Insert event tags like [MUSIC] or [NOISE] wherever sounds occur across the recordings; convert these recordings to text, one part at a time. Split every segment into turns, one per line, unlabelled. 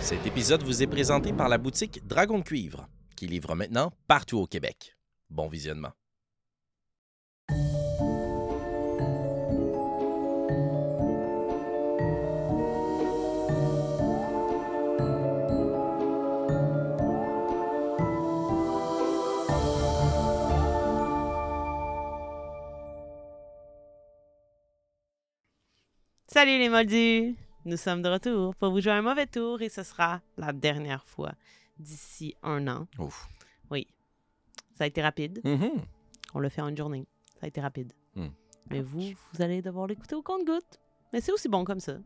Cet épisode vous est présenté par la boutique Dragon de Cuivre, qui livre maintenant partout au Québec. Bon visionnement.
Salut les moldus! Nous sommes de retour pour vous jouer un mauvais tour et ce sera la dernière fois d'ici un an.
Ouf.
Oui. Ça a été rapide.
Mm-hmm.
On l'a fait en une journée. Ça a été rapide.
Hmm.
Mais vous, vous allez devoir l'écouter au compte-goutte. Mais c'est aussi bon comme ça.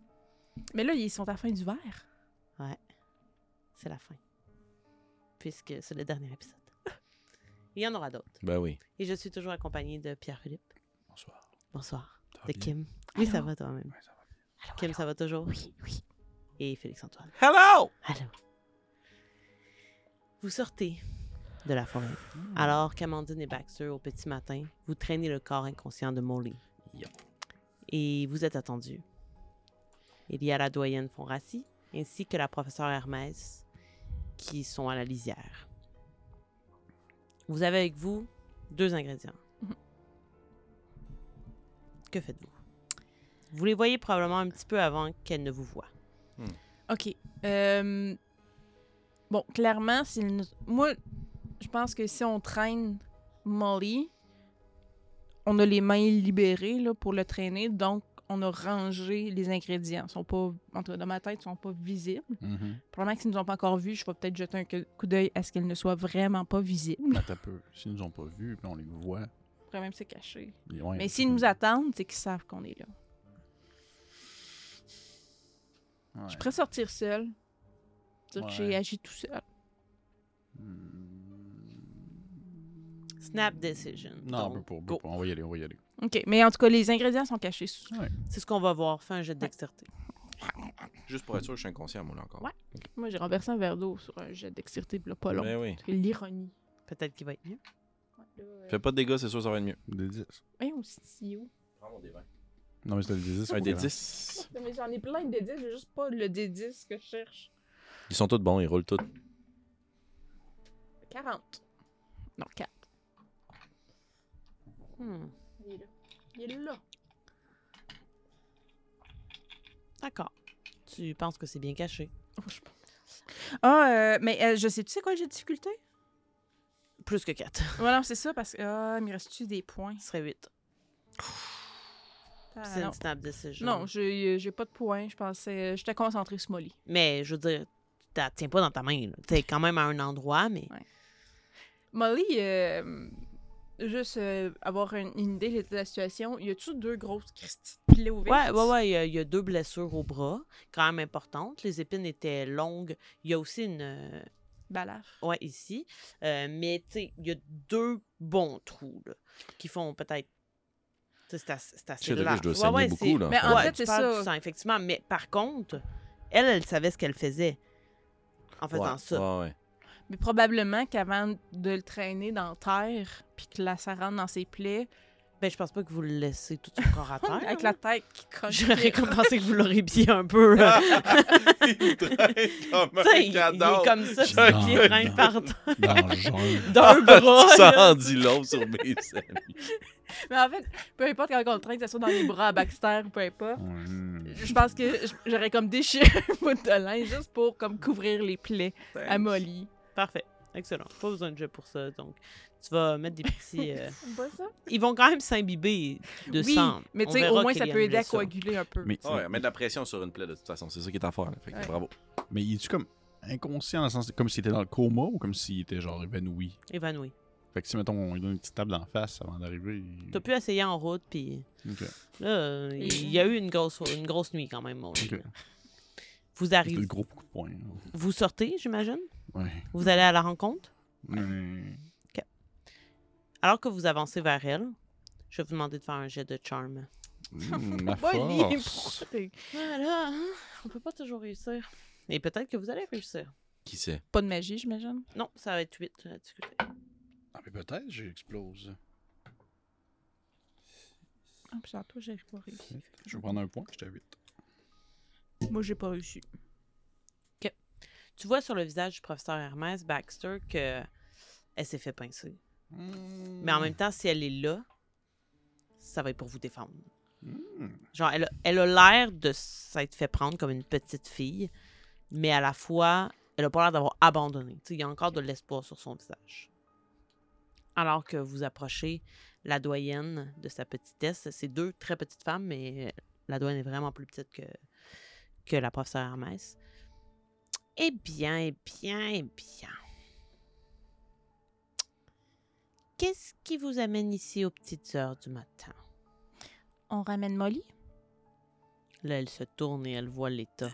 Mais là, ils sont à la fin du verre.
C'est la fin. Puisque c'est le dernier épisode. Il y en aura d'autres.
Ben oui.
Et je suis toujours accompagnée de Pierre-Philippe.
Bonsoir.
Bonsoir.
Ça va
De
bien?
Kim. Oui,
Allô?
ça va toi-même.
Ouais, ça va
Kim, ça va toujours? Oui, oui. Et Félix-Antoine.
Hello!
Allô. Vous sortez de la forêt. Alors qu'Amandine et Baxter, au petit matin, vous traînez le corps inconscient de Molly.
Yup.
Et vous êtes attendu. Il y a la doyenne Fonrassi ainsi que la professeure Hermès qui sont à la lisière. Vous avez avec vous deux ingrédients.
Mhm.
Que faites-vous? Vous les voyez probablement un petit peu avant qu'elles ne vous voient.
OK. Euh, Bon, clairement, s'ils nous- moi, je pense que si on traîne Molly, on a les mains libérées là, pour le traîner, donc on a rangé les ingrédients. Ils sont pas, en tout cas, dans ma tête, ils sont pas visibles.
Mm-hmm.
Probablement qu'ils nous ont pas encore vus, je vais peut-être jeter un que- coup d'œil à ce qu'ils ne soient vraiment pas visibles.
Attends un peu. S'ils nous ont pas vus, puis on les voit.
On pourrait même se cacher.
ils- ouais,
Mais s'ils nous attendent, c'est qu'ils savent qu'on est là.
ouais.
Je pourrais sortir seule. Dire que j'ai
Ouais.
agi tout seul.
Hmm.
Snap decision.
Non, on
Donc,
peut pas, on peut
go.
pas. On va y aller, on va y aller.
OK, mais en tout cas, les ingrédients sont cachés. sous-
C'est ce qu'on va voir. Fais un jet de dextérité.
Juste pour être sûr, je suis inconscient, moi, là, encore.
Ouais. Moi, j'ai renversé un verre d'eau sur un jet d'extirté, puis là, pas long.
Ben oui.
C'est l'ironie.
Peut-être qu'il va être mieux.
Fais pas de dégâts, c'est sûr, ça va être mieux.
Des 10.
Mais on s'y où?
Prends mon D20.
Non, mais c'était le des 10.
Un
au
des
grand.
10.
Mais j'en ai plein de D10, j'ai juste pas le D10 que je cherche.
Ils sont tous bons, ils roulent tous.
40. Non, 4.
Hmm.
Il est là. Il est là.
D'accord. Tu penses que c'est bien caché.
Ah, euh, mais euh, je sais, tu sais quoi, j'ai de difficulté?
Plus que 4.
voilà, c'est ça, parce que. Ah, il me reste-tu des points?
[LAUGHS] Ce serait 8.
Ah,
c'est
non.
une snap decision.
Non, j'ai j'ai pas de points, je pensais. euh, J'étais concentrée sur Molly.
Mais je veux dire, tu la tiens pas dans ta main. Tu es quand même à un endroit, mais.
Molly, euh, juste euh, avoir une, une idée de la situation, y a-tu deux grosses cristilles de plaies
Ouais,
ouvertes?
ouais, ouais. Il y a- il y, a deux blessures au bras, quand même importantes. Les épines étaient longues. Il y a aussi une. euh,
Balaf.
Ouais, ici. Euh, mais, tu sais, il y a deux bons trous, là, qui font peut-être. Tu sais, c'est assez, c'est assez
Je sais que
large.
je dois
Ouais,
saigner
ouais, c'est-
beaucoup, là.
Mais
ce
en
moment.
Ouais,
fait,
tu
c'est
parles
ça.
du sang, effectivement. Mais par contre, elle, elle savait ce qu'elle faisait en faisant
Ouais,
ça.
Ouais, ouais.
Mais probablement qu'avant de le traîner dans terre, puis que la ça rentre dans ses plaies, hmm,
Ben, je pense pas que vous le laissez tout son corps à terre.
[LAUGHS]
[LAUGHS]
avec
là.
la tête qui cogne.
J'aurais comme pensé que vous l'aurez bien un peu.
Ah, [LAUGHS]
euh,
[LAUGHS] il traîne comme
tu sais, il, il est comme ça, puis
Non,
il traîne
non.
par [LAUGHS] terre
[LAUGHS]
Dangereux.
Ah, [LAUGHS]
d'un bras.
Ça
là.
en dit long sur mes [LAUGHS] amis.
Mais en fait, peu importe quand on le traîne, que ce soit dans les bras à Baxter ou peu importe,
Hmm.
je pense que j- j'aurais comme déchiré [LAUGHS] un bout de lin juste pour comme couvrir les plaies
Euh,
à Molly.
Parfait. Excellent. Pas besoin de jeu pour ça. Donc, tu vas mettre des petits.
[LAUGHS]
euh,
Pas ça?
Ils vont quand même s'imbiber de
oui,
sang.
mais
On
tu sais,
verra
au moins
qu'il
ça
y a
peut
une
aider à
blessure.
coaguler un peu.
Mais,
Ouais, mettre de la pression sur une plaie, de toute façon, c'est ça qui est à faire. là. Fait que
Ouais.
bravo.
mais il est-tu comme inconscient dans le sens, comme s'il était dans le coma ou comme s'il était genre évanoui?
Évanoui.
Fait que si, mettons, on lui donne une petite table d'en face avant d'arriver. il-
T'as pu essayer en route, puis
Ok.
[LAUGHS]
là, euh,
Et-
il y a eu une grosse, une grosse nuit quand même. mon lit,
Ok.
là. Vous
C'était le
arrivez.
gros coup de poing.
Vous sortez, j'imagine.
Ouais. Hmm.
Vous allez à la rencontre.
Ah. [LAUGHS]
Mais-
Alors que vous avancez vers elle, je vais vous demander de faire un jet de charme.
Hmm, ma
Molly,
force.
Voilà, hein? on peut pas toujours réussir. Et peut-être que vous allez réussir.
Qui sait?
pas de magie, j'imagine.
Non, ça va être 8. là, tu-
Ah, mais peut-être j'explose.
Ah, puis sans toi, j'ai pas
[LAUGHS]
réussi.
Je vais prendre un point, je t'invite.
Moi, j'ai pas réussi.
Tu vois sur le visage du professeur Hermès Baxter que elle s'est fait pincer. Mais
Mm.
en même temps, si elle est là, ça va être pour vous défendre.
Hmm.
Genre, elle a- elle a l'air de s'être fait prendre comme une petite fille, mais à la fois, elle a pas l'air d'avoir abandonné. Tu sais, il y a encore de l'espoir sur son visage. Alors que vous approchez la doyenne de sa petitesse, c'est deux très petites femmes, mais la doyenne est vraiment plus petite que, que la professeure Hermès. Eh bien, eh bien, eh bien. Qu'est-ce qui vous amène ici aux petites heures du matin?
On ramène Molly?
Là, elle se tourne et elle voit l'état.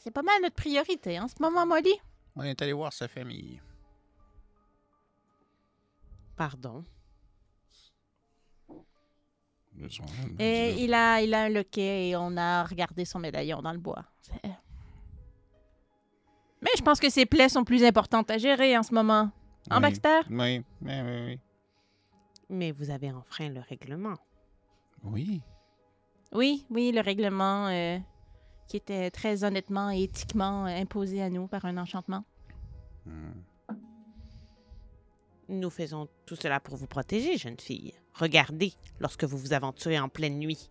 C'est pas mal notre priorité en ce moment, Molly.
On est allé voir sa famille.
Pardon.
Le soir,
Et
Ah, dis-le.
il a, il a un loquet et on a regardé son médaillon dans le bois. C'est- Mais je pense que ses plaies sont plus importantes à gérer en ce moment. En
Oui.
Baxter?
Oui, oui, oui, oui.
Mais vous avez enfreint le règlement.
Oui.
Oui, oui, le règlement euh, qui était très honnêtement et éthiquement euh, imposé à nous par un enchantement.
Hmm.
Nous faisons tout cela pour vous protéger, jeune fille. Regardez, lorsque vous vous aventurez en pleine nuit.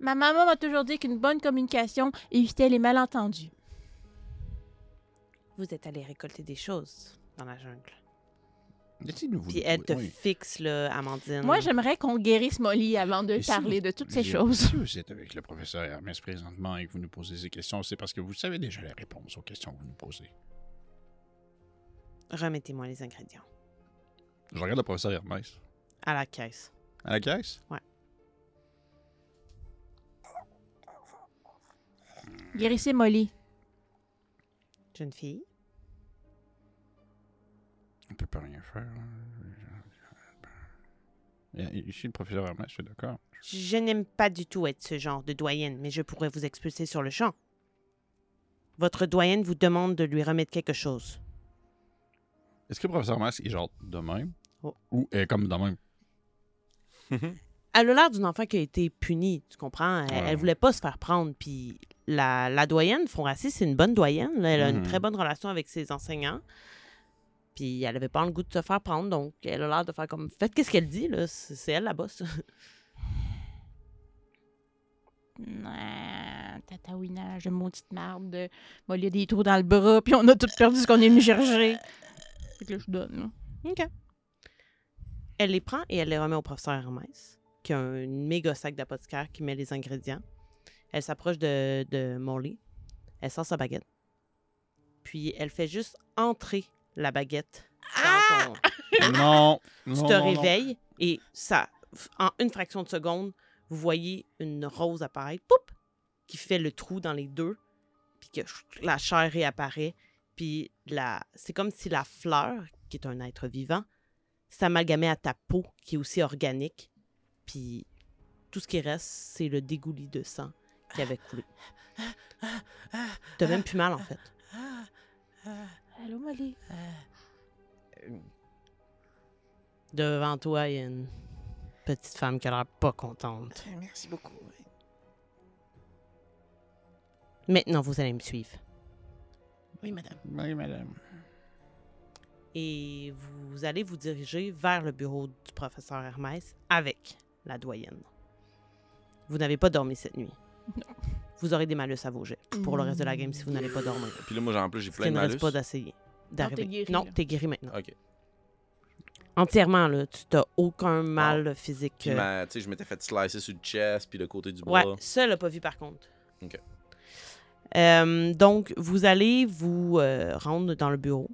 Ma maman m'a toujours dit qu'une bonne communication évitait les malentendus.
Vous êtes allé récolter des choses dans la jungle.
Dites-nous vous.
Puis elle te
oui.
fixe, là, Amandine.
Moi, j'aimerais qu'on guérisse Molly avant de
Et Ah si
parler de toutes ces
J'ai-
choses.
Si vous êtes avec le professeur Hermès présentement et que vous nous posez ces questions, c'est parce que vous savez déjà les réponses aux questions que vous nous posez.
Remettez-moi les ingrédients.
Je regarde le professeur Hermès.
À la caisse.
À la caisse?
Guérissez Molly.
Jeune fille,
On peut pas rien faire. Je suis le professeur Hermès, je suis d'accord.
je n'aime pas du tout être ce genre de doyenne, mais je pourrais vous expulser sur le champ. Votre doyenne vous demande de lui remettre quelque chose.
Est-ce que le professeur Hermès est genre de même?
Oh.
Ou est comme
[LAUGHS]
de même?
Elle a l'air d'une enfant qui a été punie, tu comprends? Elle,
Ouais.
elle voulait pas se faire prendre. Puis la, la doyenne, Fonracis, c'est une bonne doyenne. là. Elle a une
Mhm.
très bonne relation avec ses enseignants. Puis elle avait pas le goût de se faire prendre, donc elle a l'air de faire comme faites qu'est-ce qu'elle dit là, c'est c'est elle la
[LAUGHS]
bosse.
Ah, Tataouinage de maudite marde. de- Molly a des trous dans le bras, puis on a tout perdu ce qu'on est venu chercher. Fait que là, je donne. là.
OK. Elle les prend et elle les remet au professeur Hermès, qui a un méga sac d'apothicaire qui met les ingrédients. Elle s'approche de, de Molly. Elle sort sa baguette. Puis elle fait juste entrer la baguette dans ton-
non! non
Tu te réveilles et ça, en une fraction de seconde, vous voyez une rose apparaître, poup, qui fait le trou dans les deux, puis que chou, la chair réapparaît, puis la, c'est comme si la fleur, qui est un être vivant, s'amalgamait à ta peau, qui est aussi organique, puis tout ce qui reste, c'est le dégoulis de sang qui avait coulé. T'as même plus mal, en fait.
Allô, Molly?
Devant toi, il y a une petite femme qui a l'air pas contente.
Merci beaucoup.
Maintenant, vous allez me suivre.
Oui, madame.
Oui, madame.
et vous allez vous diriger vers le bureau du professeur Hermès avec la doyenne. Vous n'avez pas dormi cette nuit. Vous aurez des malus à vos jets pour le reste de la game si vous n'allez pas dormir.
Puis là, moi, j'en- en plus, j'ai
Ce qui
plein de
ne
malus.
reste pas d'essayer
t'es
d'arriver.
guéri,
Non,
là.
t'es guéri maintenant.
Ok.
Entièrement, là, tu n'as aucun mal physique.
Puis,
euh,
ma- tu sais, je m'étais fait slicer sur le chest, puis le côté du
Ouais,
bras.
ça, elle l'a pas vu par contre.
Bah. Ok.
Euh, donc, vous allez vous euh, rendre dans le bureau.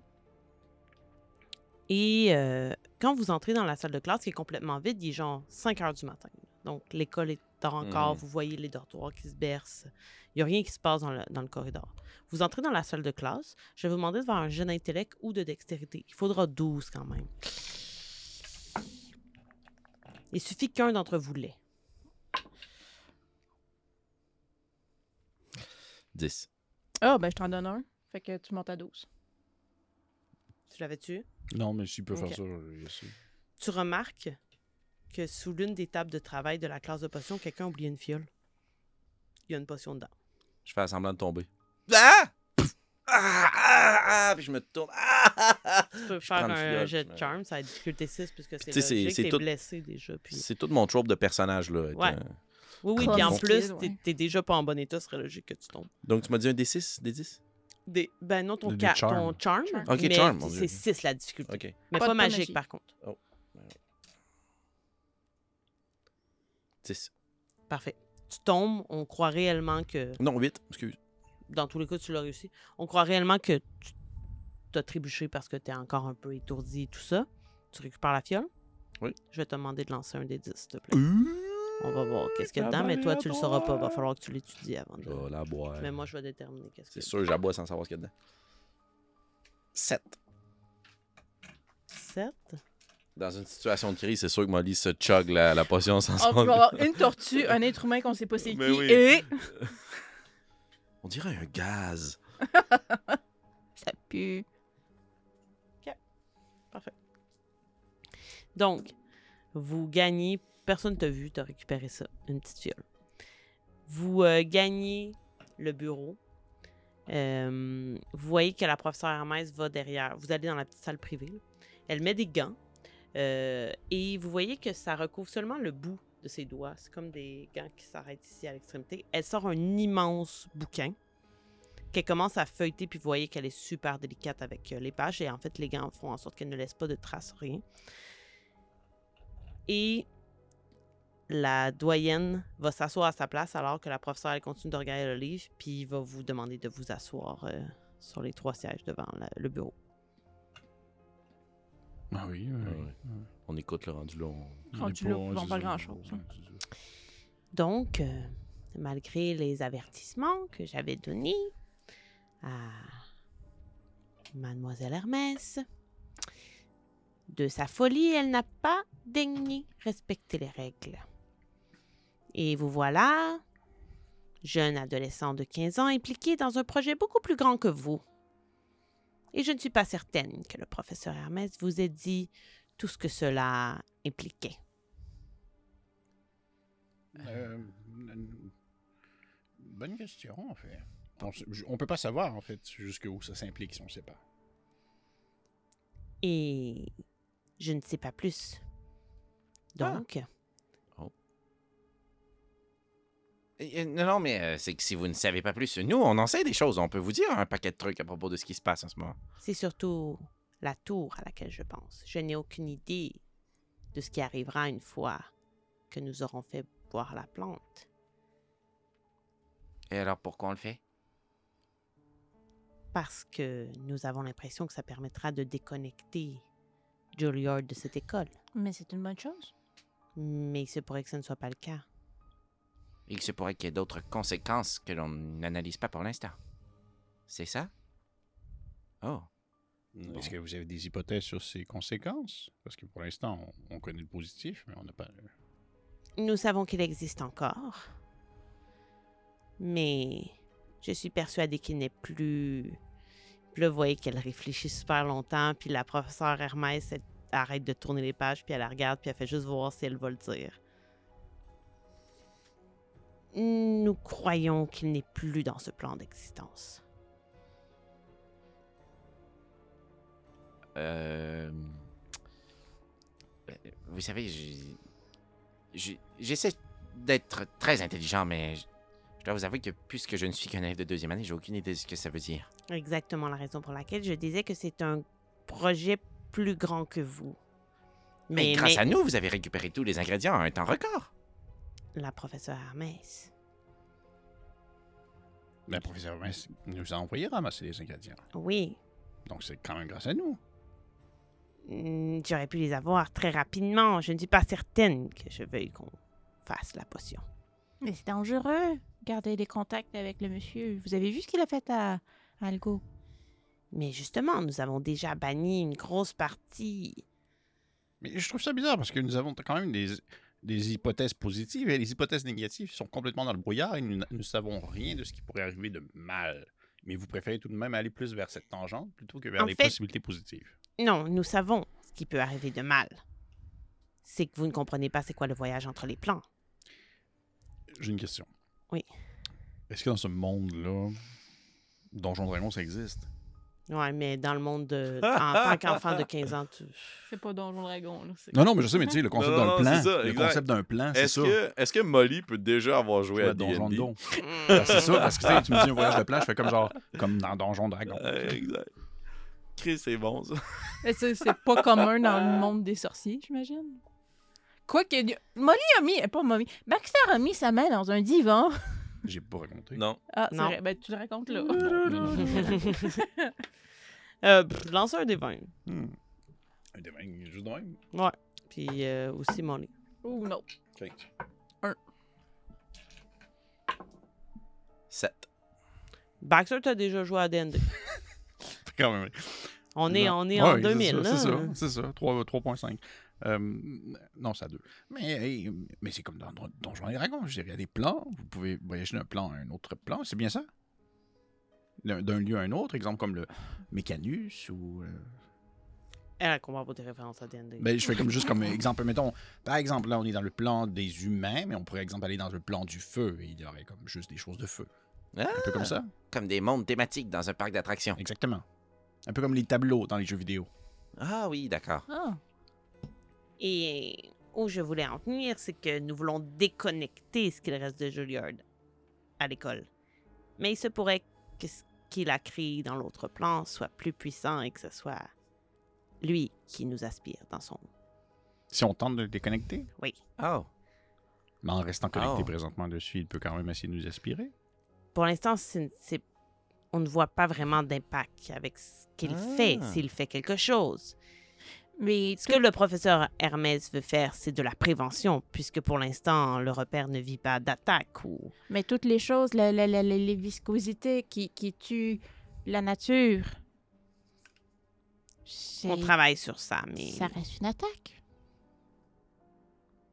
Et euh, quand vous entrez dans la salle de classe, qui est complètement vide, il est genre 5 heures du matin. Donc, l'école est tard encore,
Mhm.
vous voyez les dortoirs qui se bercent. Il n'y a rien qui se passe dans le, dans le corridor. Vous entrez dans la salle de classe, je vais vous demander de faire un jeune intellect ou de dextérité. Il faudra 12 quand même. Il suffit qu'un d'entre vous l'ait.
10.
Ah, ben, je t'en donne un. Fait que tu montes à
[LAUGHS]
12.
Tu l'avais-tu?
Non, mais s'il peut
Ok.
faire ça, je sais.
tu remarques que sous l'une des tables de travail de la classe de potions, quelqu'un a oublié une fiole. Il y a une potion dedans.
Je fais semblant de tomber. Ah! Pff! Ah, ah, ah, puis je me tourne. Ah, ah, ah.
Tu peux
Je
faire
prends le
un
fiole,
jet de
mais-
charm, ça va être difficulté 6 puisque c'est
Tu sais, c'est-
logique,
c'est
t'es
tout-
blessé déjà. Puis...
C'est tout mon trope de personnage, là. être,
Ouais.
euh,
Oui, oui,
Comme
puis en
bon.
plus,
Ouais.
t'es- t'es déjà pas en bon état, ce serait logique que tu tombes.
Donc, tu m'as dit un D6, D10?
Des- Ben non, ton,
Des
ca-
charms.
ton charm,
Charm.
Ok,
mais
charm, mon
c'est
Dieu.
6 la difficulté.
OK.
Mais
Pas
pas,
de
magique,
magie.
par contre.
10.
Parfait. Tu tombes, on croit réellement que,
Non, 8, excuse.
dans tous les cas, tu l'as réussi. On croit réellement que tu t'as trébuché parce que t'es encore un peu étourdi et tout ça. Tu récupères la fiole.
Oui.
Je vais te demander de lancer un des 10, s'il te plaît.
Ah
On va voir qu'est-ce qu'il y a dedans, mais toi, tu le sauras pas. Va falloir que tu l'étudies avant de.
Je vais la boire.
Mais moi, je vais déterminer qu'est-ce que
C'est sûr, j'aboie sans savoir ce qu'il y a dedans. 7.
7.
Dans une situation de crise, c'est sûr que Molly se chug la, la potion sans
On peut
savoir.
avoir une tortue, un être humain qu'on sait pas c'est qui,
Mais
Ben
oui.
et...
On dirait un gaz.
Ça pue.
Donc, vous gagnez, personne t'a vu, t'as récupéré ça, une petite fiole. Vous euh, gagnez le bureau. Euh, vous voyez que la professeure Hermès va derrière. Vous allez dans la petite salle privée. là. Elle met des gants. euh, et vous voyez que ça recouvre seulement le bout de ses doigts. C'est comme des gants qui s'arrêtent ici à l'extrémité. Elle sort un immense bouquin qu'elle commence à feuilleter. Puis vous voyez qu'elle est super délicate avec euh, les pages. Et en fait, les gants font en sorte qu'elle ne laisse pas de traces, rien et la doyenne va s'asseoir à sa place alors que la professeure elle continue de regarder le livre puis va vous demander de vous asseoir euh, sur les trois sièges devant la- le bureau.
Ah oui, oui, oui.
Ouais. On écoute le rendu là. on-
Il est
Rendu là, ils ont
c'est
pas
ça,
grand-chose,
ouais,
hein.
c'est ça.
Donc, euh, malgré les avertissements que j'avais donnés à mademoiselle Hermès, de sa folie, elle n'a pas daigné respecter les règles. Et vous voilà, jeune adolescent de 15 ans impliqué dans un projet beaucoup plus grand que vous. Et je ne suis pas certaine que le professeur Hermès vous ait dit tout ce que cela impliquait.
Euh, une- bonne question, en fait. On, s- j- on peut pas savoir, en fait, jusqu'où ça s'implique si on sait pas.
Et je ne sais pas plus.
Ah.
Donc,
Eh, eh, Non, non, mais euh, c'est que si vous ne savez pas plus, nous, on en sait des choses. On peut vous dire un paquet de trucs à propos de ce qui se passe en ce moment.
c'est surtout la tour à laquelle je pense. Je n'ai aucune idée de ce qui arrivera une fois que nous aurons fait boire la plante.
Et alors, pourquoi on le fait?
Parce que nous avons l'impression que ça permettra de déconnecter Juilliard de cette école.
Mais c'est une bonne chose.
Mais il se pourrait que ce ne soit pas le cas.
Il se pourrait qu'il y ait d'autres conséquences que l'on n'analyse pas pour l'instant. C'est ça? Oh. Bon.
Est-ce que vous avez des hypothèses sur ses conséquences? Parce que pour l'instant, on, on connaît le positif, mais on n'a pas le...
Nous savons qu'il existe encore. Mais je suis persuadée qu'il n'est plus. Puis là, vous voyez qu'elle réfléchit super longtemps, puis la professeure Hermès, elle arrête de tourner les pages, puis elle la regarde, puis elle fait juste voir si elle va le dire. Nous croyons qu'il n'est plus dans ce plan d'existence.
Euh... euh, Vous savez, j'ai- j'ai- j'essaie d'être très intelligent, mais je- je dois vous avouer que puisque je ne suis qu'un élève de deuxième année, j'ai aucune idée de ce que ça veut dire.
Exactement la raison pour laquelle je disais que c'est un projet plus grand que vous.
Mais, grâce à nous, vous avez récupéré tous les ingrédients en un temps record.
la professeure Hermès.
La professeure Vince nous a envoyé ramasser les ingrédients.
Oui,
Donc c'est quand même grâce à nous.
Hmm, J'aurais pu les avoir très rapidement. Je ne suis pas certaine que je veuille qu'on fasse la potion.
Mais c'est dangereux. Gardez les contacts avec le monsieur. Vous avez vu ce qu'il a fait à à Algo.
Mais justement, nous avons déjà banni une grosse partie.
Mais je trouve ça bizarre parce que nous avons quand même des, des hypothèses positives et les hypothèses négatives sont complètement dans le brouillard et nous n- ne savons rien de ce qui pourrait arriver de mal. Mais vous préférez tout de même aller plus vers cette tangente plutôt que vers
En
les
fait-
possibilités positives.
Non, nous savons ce qui peut arriver de mal. C'est que vous ne comprenez pas c'est quoi le voyage entre les plans.
J'ai une question.
Oui.
Est-ce que dans ce monde-là, Donjon Dragon, ça existe?
Ouais, mais dans le monde de. En tant
[LAUGHS]
qu'enfant de 15 ans, tu.
C'est pas Donjon Dragon, là. c'est-
Non, non, mais je sais, mais tu sais, le concept
Non, non,
d'un
non,
plan.
c'est ça,
le
exact.
concept d'un plan, c'est
Est-ce
ça.
que, est-ce que Molly peut déjà avoir joué
Ouais,
à
Donjon
D&D?
de Don. Ben, c'est ça, parce que tu sais, tu me dis un voyage de plan, je fais comme genre, comme dans Donjon Dragon.
Euh,
Ouais, exact. Chris, c'est bon,
[LAUGHS]
ça.
Mais ça, c'est pas commun dans le monde des sorciers, j'imagine. Quoique, Molly a mis, euh, pas Molly, Baxter a mis sa main dans un divan.
J'ai pas raconté.
Non.
Ah, c'est
Non.
vrai. Ben, tu le racontes là.
Mm.
Euh, pff, lance un des 20.
Un des vingt, juste de même. [LAUGHS]
Puis euh, aussi mon
Ou non.
Fait que-
7.
Baxter, t'as déjà joué à D&D.
fait quand même.
On est,
Non.
on est
Ouais,
en
c'est
2000,
ça,
là.
C'est ça, c'est ça, trois- 3.5. Euh, non, c'est à 2. Mais, hey, mais c'est comme dans Don- Donjons et Dragons. Je veux dire, Il y a des plans. Vous pouvez voyager d'un plan à un autre plan. C'est bien ça? D'un d'un lieu à un autre, exemple comme le Mécanus ou. euh,
Elle comprend pas tes références à D&D.
Ben, je fais comme
[LAUGHS]
juste comme exemple. Mettons, par exemple, là, on est dans le plan des humains, mais on pourrait, exemple, aller dans le plan du feu. Et il y aurait comme juste des choses de feu. Un
Ah!
peu comme ça.
Comme des mondes thématiques dans un parc d'attractions.
Exactement. Un peu comme les tableaux dans les jeux vidéo.
Ah oui, d'accord.
Ah.
Et où je voulais en venir, c'est que nous voulons déconnecter ce qu'il reste de Juilliard à l'école. Mais il se pourrait que ce qu'il a créé dans l'autre plan soit plus puissant et que ce soit lui qui nous aspire dans son...
Si on tente de le déconnecter,
Oh.
mais en restant connecté
Oh.
présentement dessus, il peut quand même essayer de nous aspirer.
Pour l'instant, c'est- c'est- on ne voit pas vraiment d'impact avec ce qu'il fait,
Ah.
s'il fait quelque chose.
Mais
Ce que le professeur Hermès veut faire, c'est de la prévention, puisque pour l'instant, le repère ne vit pas d'attaque ou...
Mais toutes les choses, la- la- la- la- les viscosités qui, qui tuent la nature, c'est-
On travaille sur ça, mais...
ça reste une attaque.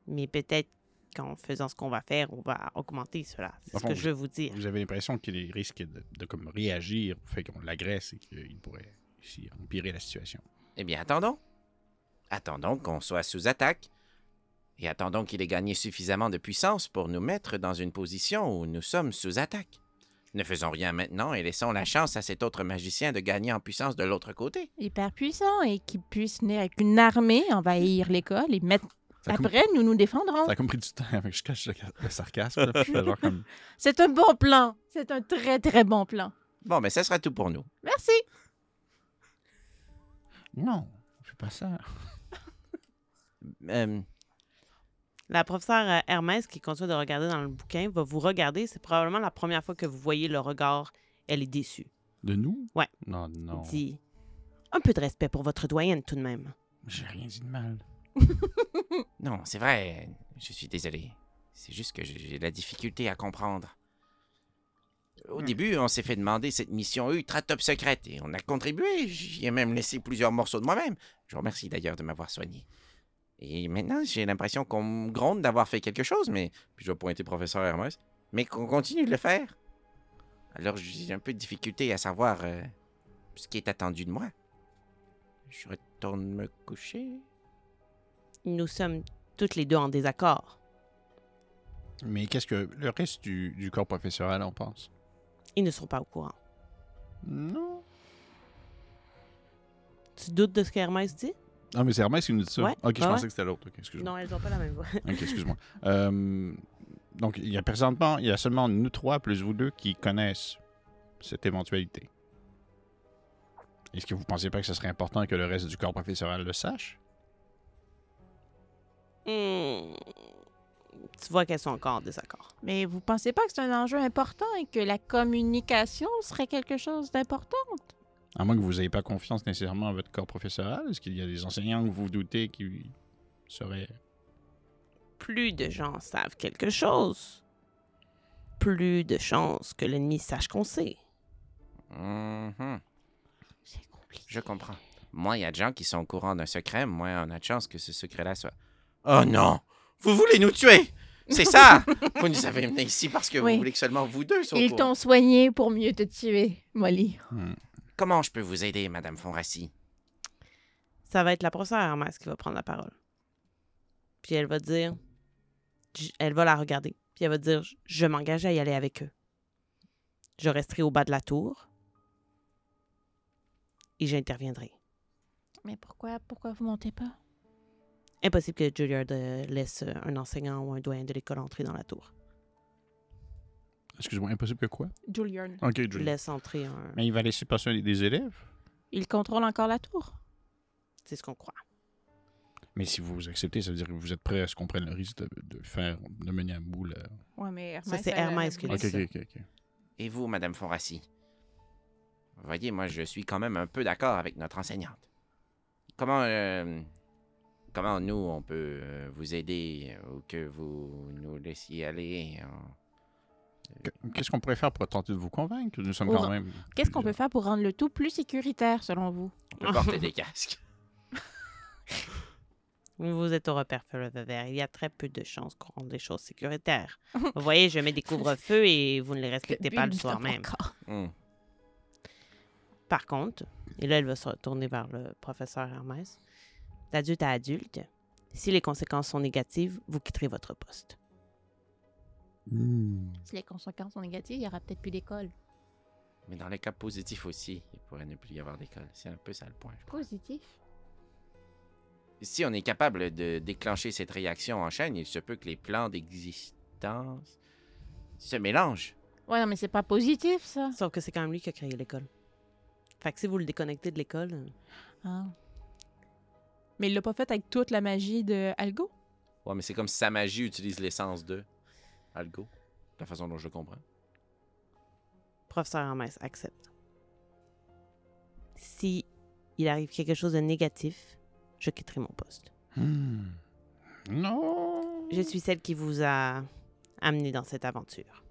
Mais peut-être qu'en faisant ce qu'on va faire, on va augmenter cela. C'est
Au
ce
fond,
que je veux vous dire.
Vous avez l'impression qu'il risque de, de comme réagir au fait qu'on l'agresse et qu'il pourrait ici empirer la situation.
Eh bien, attendons. Attendons qu'on soit sous attaque. Et attendons qu'il ait gagné suffisamment de puissance pour nous mettre dans une position où nous sommes sous attaque. Ne faisons rien maintenant et laissons la chance à cet autre magicien de gagner en puissance de l'autre côté.
Hyper puissant et qui puisse venir avec une armée envahir l'école et mettre.
Ça a, comme,
Après, nous nous défendrons.
ça a comme pris du temps, fait que je cache le, le sarcasme. là, puis je fais genre comme-
C'est un bon plan. C'est un très, très bon plan.
Bon, mais ça sera tout pour nous.
Merci.
Non, je fais pas ça.
Euh,
La professeure euh, Hermès, qui continue de regarder dans le bouquin, va vous regarder. C'est probablement la première fois que vous voyez le regard. Elle est déçue.
De nous?
Ouais.
Non, non.
Elle dit Un peu de respect pour votre doyenne, tout de même.
J'ai rien dit de mal.
non, c'est vrai, je suis désolé. C'est juste que j'ai j'ai de la difficulté à comprendre. Au début, on s'est fait demander cette mission ultra top secrète et on a contribué. J'y ai même laissé plusieurs morceaux de moi-même. Je vous remercie d'ailleurs de m'avoir soigné. Et maintenant, j'ai l'impression qu'on me gronde d'avoir fait quelque chose, mais. Puis je vais pointer professeur Hermès. Mais qu'on continue de le faire. Alors j'ai un peu de difficulté à savoir euh, ce qui est attendu de moi. Je retourne me coucher.
Nous sommes toutes les deux en désaccord.
Mais qu'est-ce que le reste du, du corps professoral en pense?
Ils ne sont pas au courant.
Non.
Tu doutes de ce qu'Hermès dit
Ah, mais c'est Hermès qui nous dit ça.
Ouais,
Ok, je
ouais,
pensais
ouais.
que c'était l'autre. Ok, excuse-moi.
Non, elles n'ont pas la même voix.
Ok, excuse-moi. Euh, donc, il y a présentement, il y a seulement nous trois plus vous deux qui connaissent cette éventualité. Est-ce que vous pensez pas que ce serait important que le reste du corps professoral le sache?
Hmm. Tu vois qu'elles sont encore en désaccord.
Mais vous pensez pas que c'est un enjeu important et que la communication serait quelque chose d'important?
À moins que vous n'ayez pas confiance nécessairement à votre corps professoral, est-ce qu'il y a des enseignants que vous doutez qui seraient...
plus de gens savent quelque chose, plus de chances que l'ennemi sache qu'on sait.
Mhm.
C'est compliqué.
Je comprends. Moins il y a de gens qui sont au courant d'un secret, moins on a de chances que ce secret-là soit. Oh non Vous voulez nous tuer C'est ça Vous nous avez menés ici parce que
Oui.
vous voulez que seulement vous deux soient au
Ils
courant.
t'ont soigné pour mieux te tuer, Molly.
Hmm.
Comment je peux vous aider, Madame Fonrassi
Ça va être la professeure Hermès qui va prendre la parole. Puis elle va dire, J- elle va la regarder, puis elle va dire, je m'engage à y aller avec eux. Je resterai au bas de la tour et j'interviendrai.
Mais pourquoi, pourquoi vous montez pas
Impossible que Juilliard euh, laisse euh, un enseignant ou un doyen de l'école entrer dans la tour.
Excuse-moi, impossible que quoi?
Julian.
Ok,
Je
Drew.
laisse entrer un.
Mais il va laisser passer un des élèves?
Il contrôle encore la tour.
C'est ce qu'on croit.
Mais si vous acceptez, ça veut dire que vous êtes prêt à ce qu'on prenne le risque de, de faire, de mener à bout le...
Ouais, mais Hermès.
Ça, c'est
elle-
Hermès qui
elle-
l'a
Ok,
C'est ça.
ok, ok. ok.
Et vous, Madame Forassi? Voyez, moi, je suis quand même un peu d'accord avec notre enseignante. Comment, euh, comment nous, on peut euh, vous aider euh, ou que vous nous laissiez aller? euh,
Que- Qu'est-ce qu'on pourrait faire pour tenter de vous convaincre? Nous sommes
Oh,
quand même...
Qu'est-ce qu'on peut faire pour rendre le tout plus sécuritaire, selon vous
On peut porter des casques.
Vous êtes au repère feu le vert. Il y a très peu de chances qu'on rende les choses sécuritaires. vous voyez, je mets des couvre-feux et vous ne les respectez
but
pas le
du
soir
top
même.
encore.
Hmm.
Par contre, et là, elle va se retourner vers le professeur Hermès, d'adulte à adulte, si les conséquences sont négatives, vous quitterez votre poste.
Hmm.
Si les conséquences sont négatives, il y aura peut-être plus d'école.
Mais dans les cas positifs aussi, il pourrait ne plus y avoir d'école. C'est un peu ça le point. je crois.
Positif.
Si on est capable de déclencher cette réaction en chaîne, il se peut que les plans d'existence se mélangent.
Ouais, non, mais c'est pas positif, ça.
Sauf que c'est quand même lui qui a créé l'école. Fait que si vous le déconnectez de l'école, euh,
Ah.
Mais il l'a pas fait avec toute la magie de Algo.
Ouais, mais c'est comme si sa magie utilise l'essence de Algo, la façon dont je le comprends.
professeur Hermès accepte. Si il arrive quelque chose de négatif, je quitterai mon poste.
Hmm. Non!
Je suis celle qui vous a amené dans cette aventure.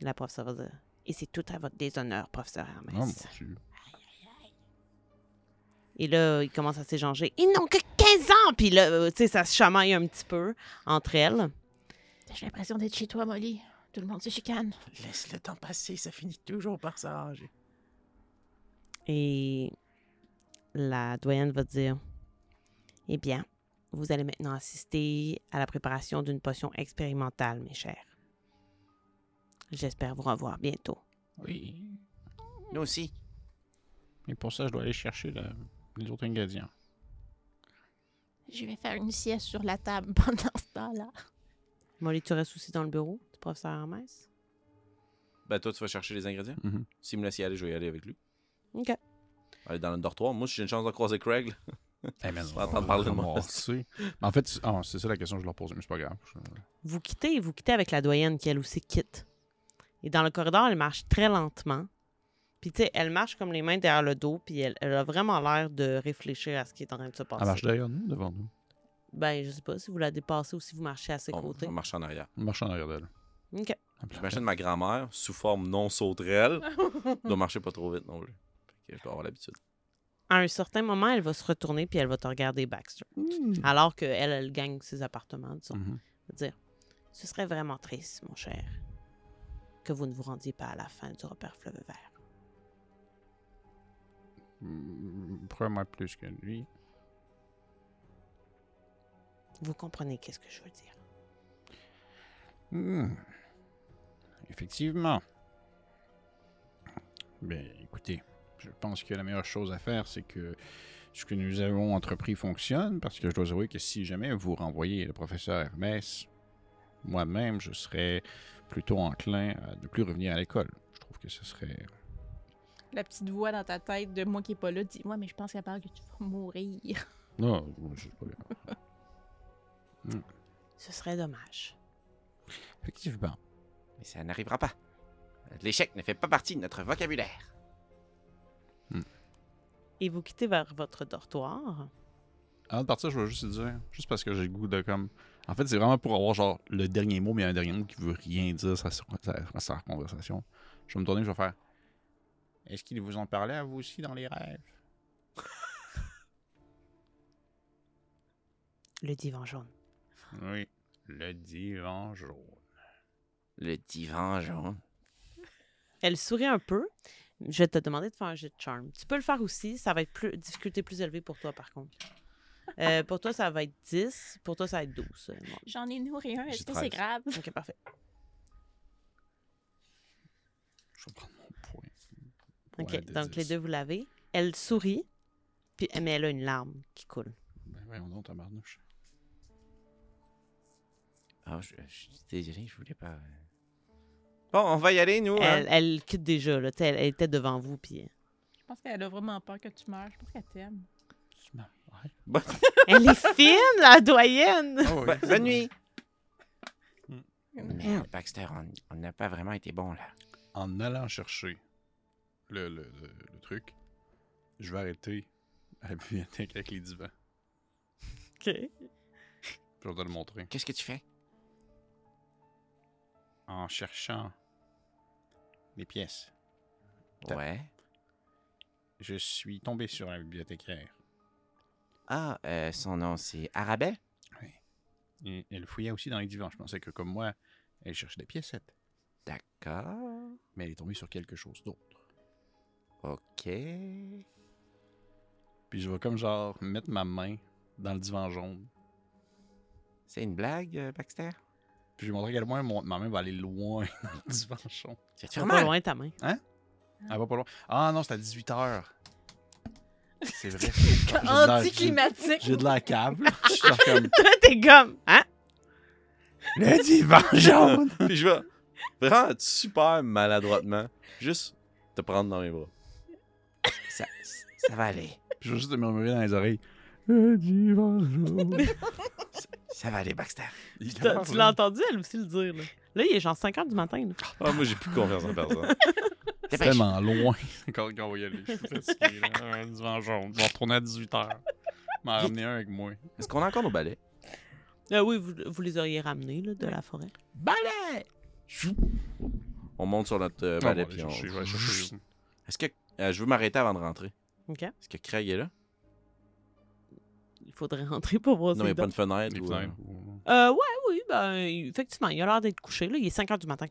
La professeure va dire, Et c'est tout à votre déshonneur, professeur Hermès.
Oh, mon Dieu.
Et là, ils commencent à s'échanger. Ils n'ont que 15 ans! Puis là, euh, tu sais, ça se chamaille un petit peu entre elles.
J'ai l'impression d'être chez toi, Molly. Tout le monde se chicane.
Laisse le temps passer, ça finit toujours par s'arranger.
Et la doyenne va dire Eh bien, vous allez maintenant assister à la préparation d'une potion expérimentale, mes chers. J'espère vous revoir bientôt.
Oui.
Nous aussi.
Mais pour ça, je dois aller chercher le- les autres ingrédients.
Je vais faire une sieste sur la table [LAUGHS] pendant ce temps-là.
Molly, tu restes aussi dans le bureau du professeur Hermès
Ben, toi, tu vas chercher les ingrédients.
Mhm.
S'il me laisse y aller, je vais y aller avec lui.
OK.
Aller dans le dortoir. Moi, si j'ai une chance de croiser Craig, là,
Eh, mais
Tu vas entendre parler de moi.
En fait, c'est- ah, c'est ça la question que je leur pose, mais c'est pas grave. Je-
Vous quittez et vous quittez avec la doyenne qui, elle aussi, quitte. Et dans le corridor, elle marche très lentement. Puis, tu sais, elle marche comme les mains derrière le dos, puis elle, elle a vraiment l'air de réfléchir à ce qui est en train de se passer.
Ah,
Elle marche derrière nous, devant nous.
Ben, je sais pas si vous la dépassez ou si vous marchez à ses
on,
côtés.
on marche en arrière.
Elle marche en arrière d'elle.
OK.
Ah,
J'imagine ma grand-mère, sous forme non sauterelle, doit marcher pas trop vite non plus. Fait que je dois avoir l'habitude.
À un certain moment, elle va se retourner, puis elle va te regarder Baxter.
Hmm. Mm.
Alors qu'elle, elle gagne ses appartements, disons.
Mhm.
Elle va dire Ce serait vraiment triste, mon cher, que vous ne vous rendiez pas à la fin du repère fleuve vert.
Mm, Probablement plus que lui.
Vous comprenez qu'est-ce que je veux dire.
Hmm. Effectivement. Bien, écoutez, je pense que la meilleure chose à faire, c'est que ce que nous avons entrepris fonctionne, parce que je dois avouer que si jamais vous renvoyez le professeur Hermès, moi-même, je serais plutôt enclin à ne plus revenir à l'école. Je trouve que ce serait...
La petite voix dans ta tête de moi qui est pas là dit
Dis-moi, mais je pense qu'elle parle que tu vas mourir.
Non, je sais pas bien.
Ce serait dommage.
Effectivement.
Mais ça n'arrivera pas. L'échec ne fait pas partie de notre vocabulaire.
Et vous quittez vers votre dortoir.
Avant de partir, je vais juste te dire, juste parce que j'ai le goût de comme. En fait, c'est vraiment pour avoir genre le dernier mot, mais un dernier mot qui veut rien dire ça sur ça- ça- sur la conversation. Je vais me tourner, je vais faire. Est-ce qu'ils vous en parlaient à vous aussi dans les rêves
Le divan jaune.
Oui. Le divan jaune.
Le divan jaune.
Elle sourit un peu. Je vais te demander de faire un jet de charme. Tu peux le faire aussi. Ça va être plus difficulté plus élevée pour toi, par contre. Euh, pour toi, ça va être 10. Pour toi, ça va être 12. seulement.
J'en ai nourri un,
J'ai
est-ce que c'est grave?
Ok, parfait. OK,
Ouais, de
donc les
dix.
deux, vous l'avez. Elle sourit, puis, mais elle a une larme qui coule.
Ben voyons donc, tabarnouche.
Ah, je, je suis désolé, je voulais pas. Bon, on va y aller, nous. hein?
Elle, elle quitte déjà, là, tu sais, elle, elle était devant vous, puis euh,
Je pense qu'elle a vraiment peur que tu meurs. Je pense qu'elle t'aime.
Tu m'as- ouais.
elle est fine, la doyenne!
Ah oui.
Bo- bonne nuit.
Mm.
Merde, Baxter, on- on n'a pas vraiment été bon là.
En allant chercher le, le- le- le truc, je vais arrêter à la bibliothèque avec les divans.
OK.
Puis je vais te le montrer.
Qu'est-ce que tu fais?
En cherchant les pièces, Tape.
Ouais.
je suis tombé sur la bibliothécaire.
Ah, euh, son nom, c'est Arabelle?
Et elle fouillait aussi dans les divans. Je pensais que, comme moi, elle cherchait des piécettes.
D'accord.
Mais elle est tombée sur quelque chose d'autre.
Ok.
Puis je vais comme genre mettre ma main dans le divan jaune.
C'est une blague, euh, Baxter?
Puis je vais montrer à quel point mon- ma main va aller loin [LAUGHS] dans le divan jaune.
Tu vas te
Tu
faire
vas pas
mal.
loin ta main.
Elle va pas loin. Ah non, c'est à 18h. C'est vrai.
Anticlimatique.
J'ai de la cave. là. Je suis genre comme
Toi, t'es comme, hein?
le divan jaune.
Puis je vais vraiment super maladroitement juste te prendre dans mes bras.
Ça, ça va aller.
Puis je vais juste te murmurer dans les oreilles. Le divan jaune.
Ça va aller, Baxter.
Il
T'as-
parle.
Tu l'as entendu, elle aussi, le dire, là. Là, il est genre 5 heures du matin, là.
Ah, moi, j'ai plus confiance en
[LAUGHS]
personne.
C'est
Dépêche.
tellement loin. Quand on va y aller, je suis fatigué. là.
[LAUGHS]
Un divan jaune. Je vais retourner à 18h. M'en ramener un avec moi.
Est-ce qu'on a encore nos balais?
Ah oui, vous, vous les auriez ramenés, là, de la forêt.
Balais! On monte sur notre euh,
Ah, bon,
balai.
allez,
puis on...
chercher, je vais aller chercher.
Est-ce que. euh, je veux m'arrêter avant de rentrer.
OK.
Est-ce que Craig est là?
Il faudrait rentrer pour voir
non,
ses
mais pas
dents.
une fenêtre.
Les
ou,
fenêtres.
euh,
Euh, ouais, oui, ben, effectivement, il a l'air d'être couché, là. Il est 5 heures du matin.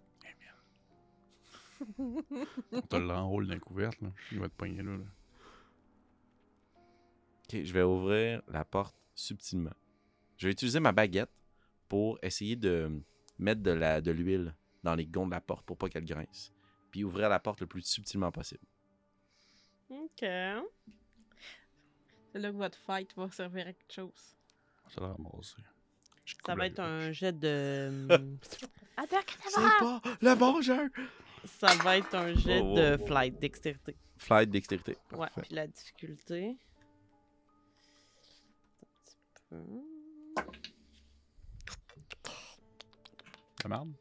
On te l'enroule d'un couverte. Là. Il va te pogner là. là.
euh, Ok, je vais ouvrir la porte subtilement. Je vais utiliser ma baguette pour essayer de mettre de la de l'huile dans les gonds de la porte pour pas qu'elle grince. Puis ouvrir la porte le plus subtilement possible.
OK.
C'est là que votre fight va servir à quelque chose.
On te l'a ramassé. Je
Ça
coupe
va
la
être
gorge.
un jet
[LAUGHS]
de...
C'est pas le bon jeu!
Ça va être un jet
Oh, oh,
de
oh.
flight, dextérité.
Flight, dextérité.
Ouais,
Parfait.
puis la difficulté. Un petit
Ça marde?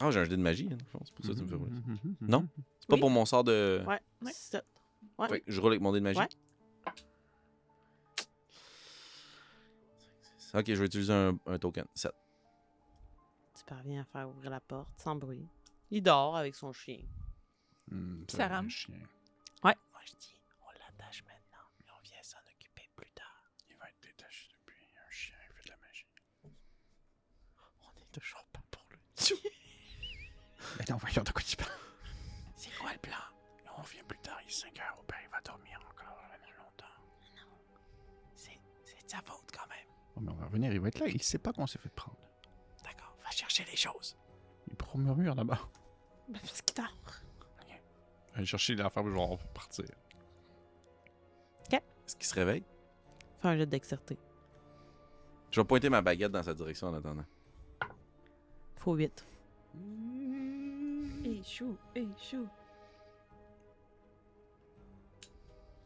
Ah, j'ai un jet de magie, hein, dans le fond, c'est pour ça que tu me fais rouler. Non?
Non?
C'est pas
Oui.
pour mon sort de.
Ouais. peu.
Ouais.
Sept.
Fait que je roule avec mon dé de magie.
Ouais.
Ok, je vais utiliser un, un token. 7.
Tu parviens à faire ouvrir la porte sans bruit. Il dort avec son chien.
Hum,
Ça
t'as un
rame.
chien.
Moi, je dis, on l'attache maintenant, mais on vient s'en occuper plus tard.
Il va être détaché depuis un chien qui fait de la magie.
On est toujours pas pour le.
Mais non, voyons de quoi tu parles.
C'est quoi le plan?
On revient plus tard, il est 5 heures. Au père, il va dormir encore vraiment longtemps.
C'est c'est de sa faute quand même.
Oh, mais on va revenir, il va être là. Il sait pas qu'on s'est fait prendre.
D'accord, va chercher les choses.
Il prend murmure là-bas.
Ben, parce qu'il dort.
Aller chercher l'affaire, puis je vais repartir.
Est-ce qu'il se réveille?
Fais un jet de dextérité.
Je vais pointer ma baguette dans sa direction en attendant.
Faut vite.
Et chou, et chou.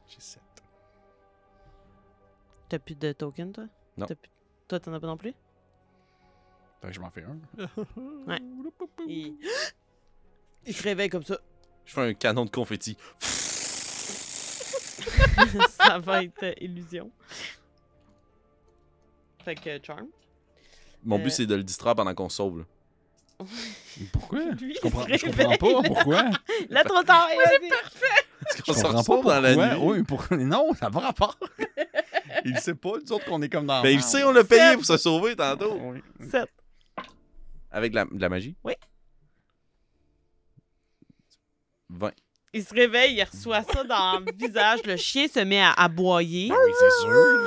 J'ai 7.
T'as plus de token, toi?
Non.
T'as plus- Toi, t'en as pas non plus?
Fait que je m'en fais
[LAUGHS]
un.
Ouais. Il... [GASPS] Il se réveille comme ça. [LAUGHS]
Je fais un canon de confetti.
ça va être euh, illusion. Fait que Charm.
Mon
Euh.
but, c'est de le distraire pendant qu'on se sauve. là.
Pourquoi?
Lui,
Je comprends,
il
je
se
comprends
réveille,
pas
là. [LAUGHS]
pourquoi.
Là, trop tard! vas-y.
Parce
Je
qu'on se
comprends pas
retrouve
pourquoi.
dans la nuit.
Oui, pourquoi? [LAUGHS] Non, ça va rapport. il sait pas, nous autres, qu'on est comme
Ben,
dans.
Mais
la
il
merde.
sait, on l'a payé pour se sauver tantôt.
Oui.
Sept.
Avec de la, de la magie?
Oui.
20.
Il se réveille, il reçoit ça dans le visage. Le chien se met à aboyer.
Ben oui, c'est sûr.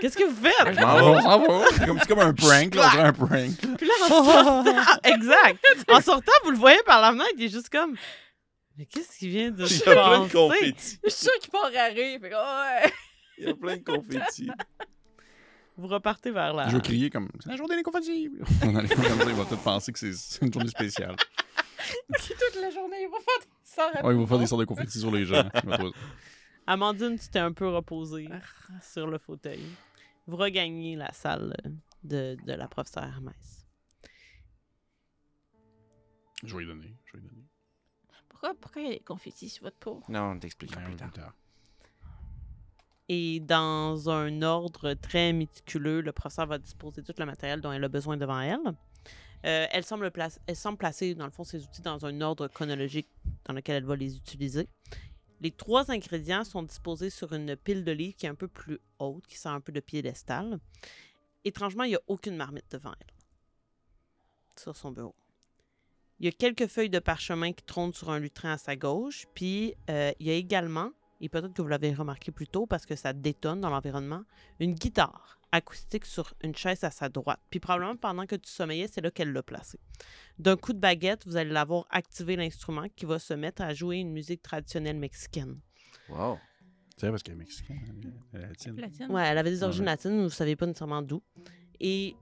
Qu'est-ce que vous
Ah,
faites?
Je m'en vais.
On s'en va. [LAUGHS] C'est comme, c'est comme un prank, là, on dirait un prank. [LAUGHS]
Puis là, en sortant, exact. En sortant, vous le voyez par la fenêtre, il est juste comme. Mais qu'est-ce qui vient de
Il
se
y a plein de
passer?
confettis.
Je suis sûr qu'il part à rire. Fait, que, Ah
[LAUGHS]
ouais.
Il y a plein de confettis.
Vous repartez vers là.
Je vais crier comme C'est la journée des confettis. [LAUGHS] On allait comme ça, ils vont tous penser que c'est- c'est une journée spéciale.
Puis toute la journée, il va faire des sorts à
Ouais, ils vont faire des
tout
sortes de confettis sur les gens. Ils vont trouver-
Amandine, tu t'es un peu reposée
le monde.
sur le fauteuil. Vous regagnez la salle de, de la professeure Hermès.
Je vais lui donner. Je vais lui donner.
Pourquoi, pourquoi il y a des confettis sur votre peau
Non, on
Ben
t'expliquera plus tard.
Et dans un ordre très méticuleux, le professeur va disposer tout le matériel dont elle a besoin devant elle. Euh, elle, semble place- elle semble placer, dans le fond, ses outils dans un ordre chronologique dans lequel elle va les utiliser. Les trois ingrédients sont disposés sur une pile de livres qui est un peu plus haute, qui sert un peu de piédestal. Étrangement, il n'y a aucune marmite devant elle. Sur son bureau. Il y a quelques feuilles de parchemin qui trônent sur un lutrin à sa gauche. Puis, euh, il y a également et peut-être que vous l'avez remarqué plus tôt parce que ça détonne dans l'environnement, une guitare acoustique sur une chaise à sa droite. Puis probablement pendant que tu sommeillais, c'est là qu'elle l'a placée. D'un coup de baguette, vous allez l'avoir activé l'instrument qui va se mettre à jouer une musique traditionnelle mexicaine.
Wow.
C'est vrai parce qu'elle est mexicaine. Elle est latine.
Platine.
Ouais, elle avait des
Ouais.
origines latines, vous ne savez pas nécessairement d'où. Et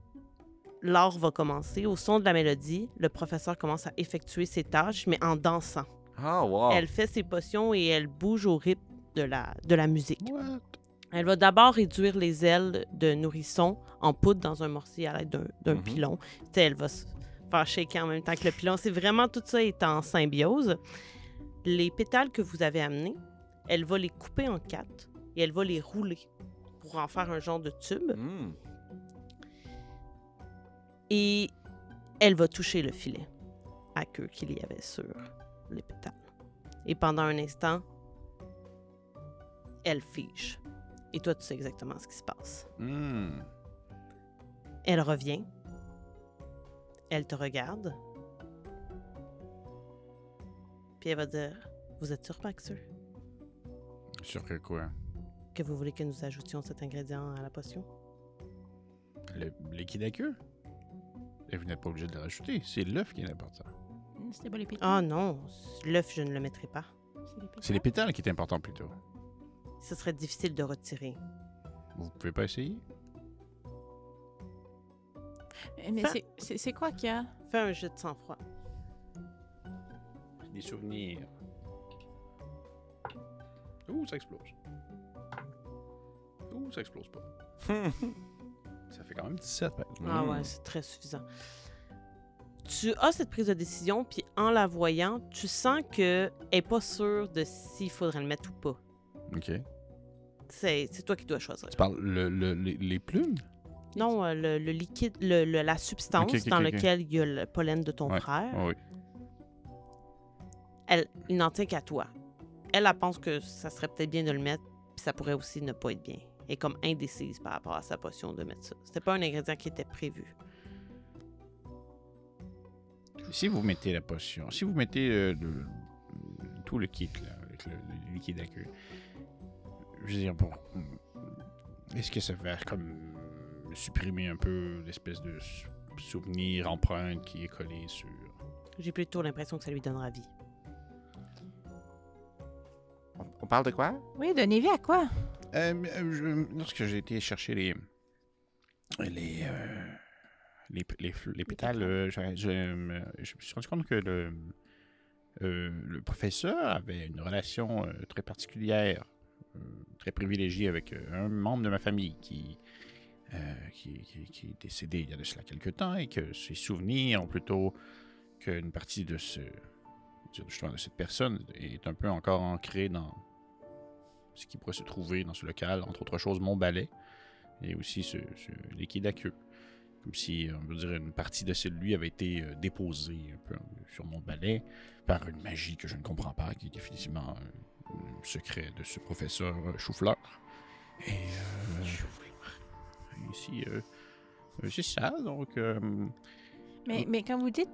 l'art va commencer. Au son de la mélodie, le professeur commence à effectuer ses tâches, mais en dansant.
Ah, wow.
Elle fait ses potions et elle bouge au rythme de la, de la musique.
What?
Elle va d'abord réduire les ailes de nourrisson en poudre dans un mortier à l'aide d'un d'un
Mhm.
pilon. Tu sais, elle va se faire shaker en même temps que le pilon. C'est vraiment tout ça est en symbiose. Les pétales que vous avez amenés, elle va les couper en quatre et elle va les rouler pour en faire un genre de tube.
Hmm.
Et elle va toucher le filet à queue qu'il y avait sur les pétales. Et pendant un instant, elle fige. Et toi, tu sais exactement ce qui se passe.
Hmm.
Elle revient. Elle te regarde. Puis elle va dire Vous êtes sûr, Baxter,
Sûr que quoi?
que vous voulez que nous ajoutions cet ingrédient à la potion
Le liquide à queue? Et vous n'êtes pas obligé de le rajouter. C'est l'œuf qui est important.
C'était pas les pétales.
Ah non, l'œuf, je ne le mettrai pas.
C'est les pétales qui est important plutôt.
Ce serait difficile de retirer.
Vous pouvez pas essayer?
Eh, Mais- Mais
Fin.
c'est- c'est c'est quoi qu'il y a
Fais un jeu de sang-froid.
Des souvenirs. Ouh, Uh, ça explose. Ouh, ça explose [LAUGHS] pas. ça fait quand même 17.
Hmm.
Ah
Mm.
ouais, c'est très suffisant. Tu as cette prise de décision, puis en la voyant, tu sens qu'elle n'est pas sûre de s'il faudrait le mettre ou pas.
Ok.
C'est c'est toi qui dois choisir.
Tu parles le, le- les, les plumes?
Non, euh, le, le liquide, le- le- la substance
Ok, ok,
dans
ok, ok.
laquelle il y a le pollen de ton
Ouais,
frère,
Ah oui.
elle, il n'en tient qu'à toi. Elle, elle pense que ça serait peut-être bien de le mettre, puis ça pourrait aussi ne pas être bien. Elle est comme indécise par rapport à sa potion de mettre ça. C'était pas un ingrédient qui était prévu.
Si vous mettez la potion, si vous mettez euh, le- tout le kit là, avec le, le liquide à queue, je veux dire, bon, est-ce que ça va comme supprimer un peu l'espèce de sou- souvenir, empreinte qui est collée sur.
J'ai plutôt l'impression que ça lui donnera vie.
On, on parle de quoi?
Oui, donnez vie à quoi
Euh, euh, je- lorsque j'ai été chercher les. les. euh, les, les, les pétales, euh, je, je me- je me suis rendu compte que le, euh, le professeur avait une relation euh, très particulière, euh, très privilégiée avec euh, un membre de ma famille qui, euh, qui, qui- qui est décédé il y a de cela quelque temps et que ses souvenirs ont plutôt qu'une partie de ce justement de cette personne est un peu encore ancrée dans ce qui pourrait se trouver dans ce local, entre autres choses mon balai et aussi ce, ce liquide à queue. Comme si, on peut dire, une partie de celui avait été euh, déposée un peu sur mon balai par une magie que je ne comprends pas, qui est définitivement euh, le secret de ce professeur euh, Choufleur. Et, euh, et ici, euh, euh, c'est ça, donc... euh,
mais,
Euh.
mais quand vous dites.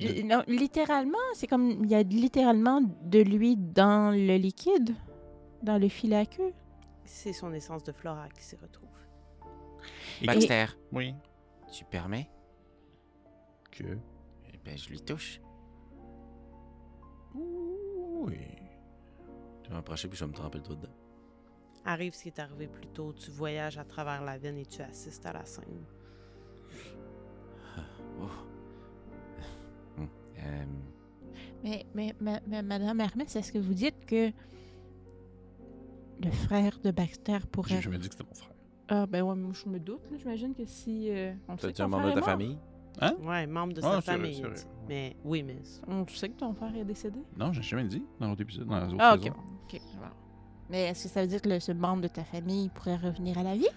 Euh, Non, littéralement, c'est comme. Il y a littéralement de l'huile dans le liquide, dans le filet à queue.
C'est son essence de Flora qui s'y retrouve.
et-
Baxter,
Oui.
tu permets?
Que...
Eh ben, je lui touche.
Oui. Je vais m'approcher puis je vais me tremper le doigt dedans.
Arrive ce qui est arrivé plus tôt, tu voyages à travers la veine et tu assistes à la scène.
Oh. Hum, euh,
Mais, mais, ma- ma- Madame Hermès, est-ce que vous dites que le frère de Baxter pourrait.
J'ai jamais dit que c'était mon frère.
Ah, ben ouais, moi, je me doute. là. J'imagine que si. euh, on sait
T'as-tu
que ton
un membre de
frère
ta
est mort.
famille?
Ouais, membre de
Ah,
sa
c'est vrai,
famille.
c'est
il
vrai.
dit. Mais oui, mais c'est-
On sait que ton frère est décédé.
Non, j'ai jamais dit dans l'autre épisode. Dans les autres
Ah, ok.
saisons.
bon, ok, bon. Mais est-ce que ça veut dire que le- ce membre de ta famille pourrait revenir à la vie?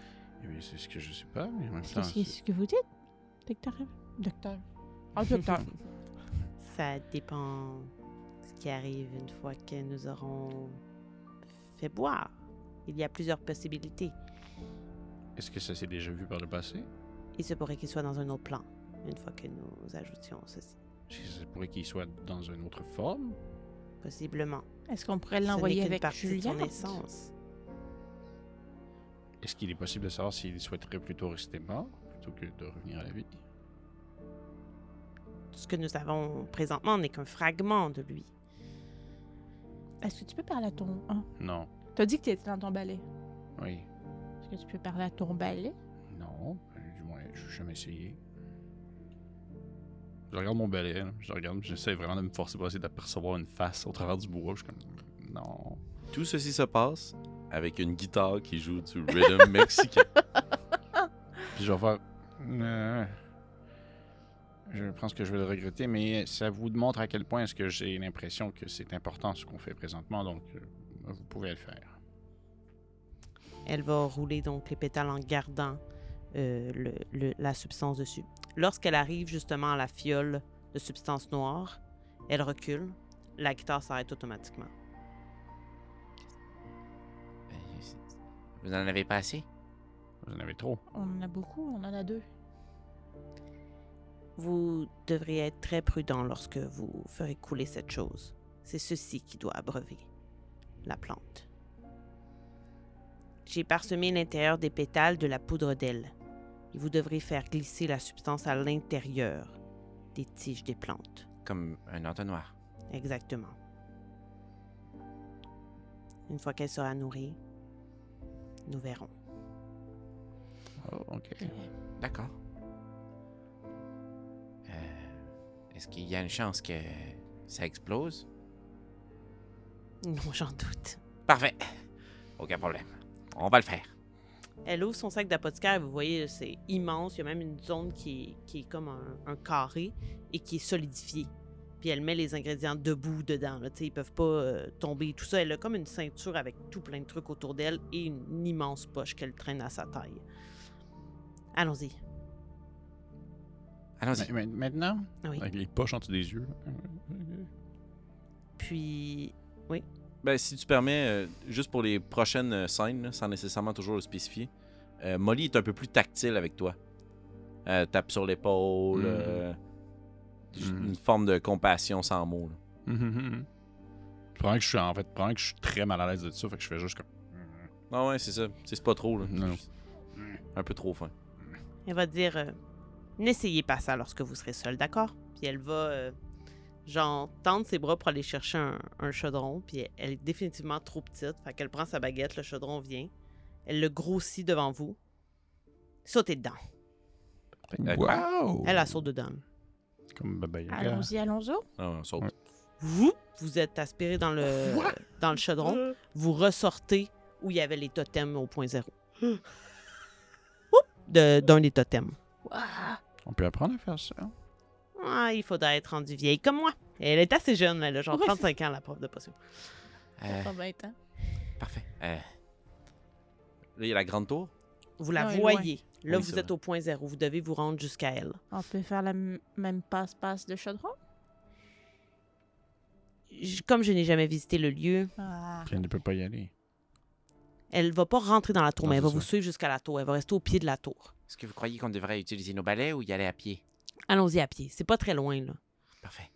Eh bien, c'est ce que je sais pas, mais en même
Est-ce
temps,
que c'est
c'est-
ce que vous dites, docteur? Docteur. Ah, docteur.
ça dépend ce qui arrive une fois que nous aurons fait boire. Il y a plusieurs possibilités.
est-ce que ça s'est déjà vu par le passé?
Il se pourrait qu'il soit dans un autre plan une fois que nous ajoutions ceci.
Est-ce que ça pourrait qu'il soit dans une autre forme?
Possiblement.
[LAUGHS] Est-ce qu'on pourrait
Ce n'est
l'envoyer
qu'une
avec
partie de son
Juliette?
essence.
Est-ce qu'il est possible de savoir s'il souhaiterait plutôt rester mort plutôt que de revenir à la vie?
Ce que nous avons présentement n'est qu'un fragment de lui.
Est-ce que tu peux parler à ton... Ah,
Non.
T'as dit que tu étais dans ton balai.
Oui.
Est-ce que tu peux parler à ton balai?
Non. Euh, Du moins, je vais jamais essayé. Je regarde mon balai, là. je regarde, j'essaie vraiment de me forcer pour essayer d'apercevoir une face au travers du bois. Je suis comme, non.
Tout ceci se passe avec une guitare qui joue du [LAUGHS] rhythm mexicain.
Puis je vais faire. Euh, je pense que je vais le regretter, mais ça vous montre à quel point est-ce que j'ai l'impression que c'est important ce qu'on fait présentement, donc euh, vous pouvez le faire.
Elle va rouler donc les pétales en gardant euh, le- le- la substance dessus. Lorsqu'elle arrive justement à la fiole de substance noire, elle recule. La guitare s'arrête automatiquement.
euh, vous en avez pas assez?
Vous en avez trop.
On en a beaucoup, on en a deux.
Vous devrez être très prudent lorsque vous ferez couler cette chose. C'est ceci qui doit abreuver la plante. J'ai parsemé l'intérieur des pétales de la poudre d'aile. Et vous devrez faire glisser la substance à l'intérieur des tiges des plantes.
Comme un entonnoir.
Exactement. Une fois qu'elle sera nourrie, nous verrons. [LAUGHS]
Oh, ok.
D'accord. Euh, Est-ce qu'il y a une chance que ça explose?
Non, j'en doute.
Parfait. Aucun problème. On va le faire.
Elle ouvre son sac d'apothicaire et vous voyez, c'est immense. Il y a même une zone qui est, qui est comme un, un carré et qui est solidifiée. Puis elle met les ingrédients debout dedans. Là, tu sais, ils peuvent pas euh, tomber tout ça. Elle a comme une ceinture avec tout plein de trucs autour d'elle et une immense poche qu'elle traîne à sa taille. Allons-y.
Allons-y.
Ma- ma- maintenant,
Ah
Hum,
Oui.
avec les poches en dessous des yeux,
Puis
ben, si tu permets, euh, juste pour les prochaines euh, scènes, là, sans nécessairement toujours le spécifier, euh, Molly est un peu plus tactile avec toi. Euh, tape sur l'épaule,
Mhm.
euh, j-
Mhm.
une forme de compassion sans mots. là.
Mhm. Probablement que je suis en fait, probablement que je suis très mal à l'aise de ça, fait que je fais juste comme.
Ah ouais, c'est ça. C'est c'est pas trop. Là.
Non.
Un peu trop fin.
elle va dire euh, N'essayez pas ça lorsque vous serez seul, d'accord Puis elle va, euh, genre, tendre ses bras pour aller chercher un, un chaudron. Puis elle, elle est définitivement trop petite. Fait qu'elle prend sa baguette, le chaudron vient. Elle le grossit devant vous. Sautez dedans.
Wow!
Elle a saute dedans.
Comme Baba Yaga.
Allons-y, allons-y.
Ah, on saute.
Ouais.
Vous, vous êtes aspiré dans le, dans le chaudron. Vous ressortez où il y avait les totems au point zéro. Oups! De- D'un des totems.
On peut apprendre à faire ça.
Ah, il faudrait être rendu vieille comme moi. Elle est assez jeune, elle a genre
Ouais.
35 ans, la prof de potion.
Euh,
Pas 20 ans.
parfait. Euh,
Là, il y a la grande tour.
Vous la
Non, elle est loin.
voyez. Là,
Oui,
vous
c'est
êtes
vrai.
au point zéro. Vous devez vous rendre jusqu'à elle.
On peut faire la m- même passe-passe de chaudron?
Je- comme je n'ai jamais visité le lieu,
Ah.
Puis elle ne peut pas y aller.
elle va pas rentrer dans la tour,
Non,
mais elle
c'est
va
ça.
vous suivre jusqu'à la tour. Elle va rester au pied de la tour.
Est-ce que vous croyez qu'on devrait utiliser nos balais ou y aller à pied?
Allons-y à pied. C'est pas très loin, là.
Parfait.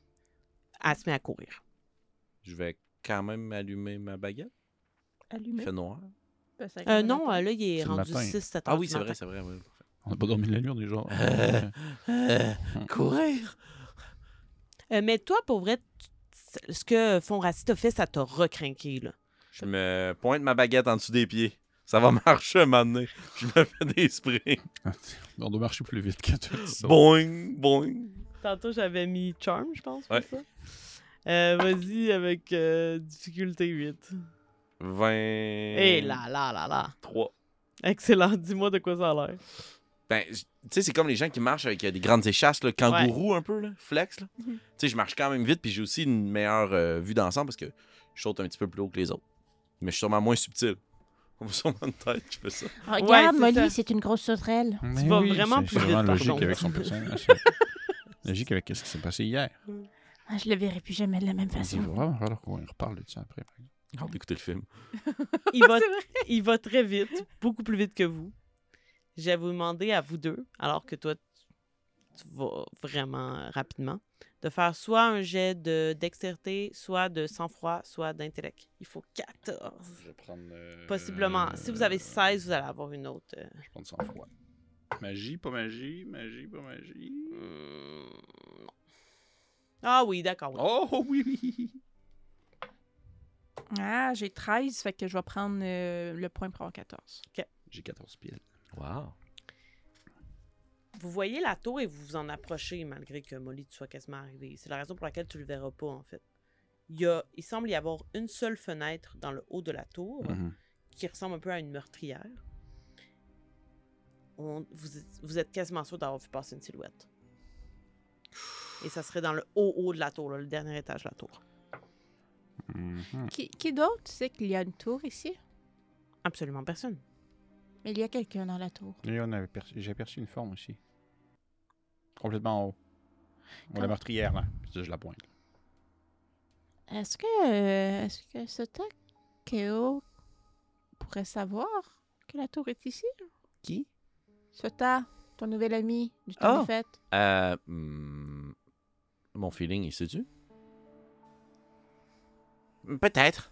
Elle se met à courir.
Je vais quand même allumer ma baguette. Il
Allumé.
fait noir.
Ben, ça
Euh,
regarde
non,
la
euh, là, il est
C'est le
rendu
matin.
6, 7 heures
Ah oui,
du
c'est vrai,
matin.
c'est vrai. ouais.
On n'a pas dormi de la nuit, on est [LAUGHS] genre.
Euh, courir!
Euh, mais toi, pour vrai, tu- c- ce que Fondracite t'a fait, ça t'a recrinqué, là.
Je me pointe ma baguette en dessous des pieds. Ça va [LAUGHS] marcher un moment donné. Je me fais des sprays.
[LAUGHS]
On doit marcher plus vite que tout ça.
Boing, boing.
Tantôt, j'avais mis Charm, je pense,
Ouais.
ça. Euh, Vas-y avec euh, difficulté 8.
20.
Et Eh là, là, là, là.
3.
Excellent. Dis-moi de quoi ça a l'air.
Ben, j- tu sais, c'est comme les gens qui marchent avec euh, des grandes échasses, là, kangourou un peu, là, flex. là.
Mhm.
Tu sais, je marche quand même vite, puis j'ai aussi une meilleure euh, vue d'ensemble parce que je saute un petit peu plus haut que les autres. Mais je suis sûrement moins subtil. On va sûrement une tête, je fais ça.
Regarde,
c'est ça.
Molly, c'est une grosse sauterelle.
Mais
Tu vas vraiment
c'est-
plus
c'est
vite,
vraiment
par
logique
contre.
avec son personnage. hein,
[LAUGHS]
C'est logique avec ce qui s'est passé hier.
Ah, je le verrai plus jamais de la même
Il
façon.
va vraiment falloir qu'on reparle de ça après. par exemple.
J'ai hâte d'écouter le film.
Il [LAUGHS] va, il va très vite, beaucoup plus vite que vous. Je vais vous demander à vous deux, alors que toi, tu vas vraiment euh, rapidement, de faire soit un jet de dextérité, soit de sang-froid, soit d'intellect. Il faut 14.
Je vais prendre. euh,
Possiblement. Si vous avez 16, vous allez avoir une autre. euh,
Je vais prendre sans froid. Magie, pas magie, magie, pas magie. Euh,
Ah oui, d'accord. oui.
Oh oh, oui, oui.
Ah, j'ai 13, fait que je vais prendre euh, le point pour avoir 14.
J'ai 14 piles.
Wow.
Vous voyez la tour et vous vous en approchez malgré que Molly, tu sois quasiment arrivé. C'est la raison pour laquelle tu le verras pas, en fait. Il, y a- il semble y avoir une seule fenêtre dans le haut de la
Mm-hmm.
tour
Mhm,
qui ressemble un peu à une meurtrière. On- vous, êtes- vous êtes quasiment sûr d'avoir vu passer une silhouette. Et ça serait dans le haut haut de la tour, là, le dernier étage de la tour.
Mhm.
Qui, qui d'autre sait qu'il y a une tour ici?
Absolument personne.
Mais il y a quelqu'un dans la tour.
Et on avait perçu- j'ai aperçu une forme aussi. Complètement en haut. Ou la
Comme-
meurtrière, là. Puis ça, Je la pointe.
Est-ce que, euh, est-ce que Sota Keo pourrait savoir que la tour est ici?
Qui?
Sota, ton nouvel ami du temps
Ah.
des fêtes.
Euh, hmm, mon feeling, il sait-tu?
Peut-être.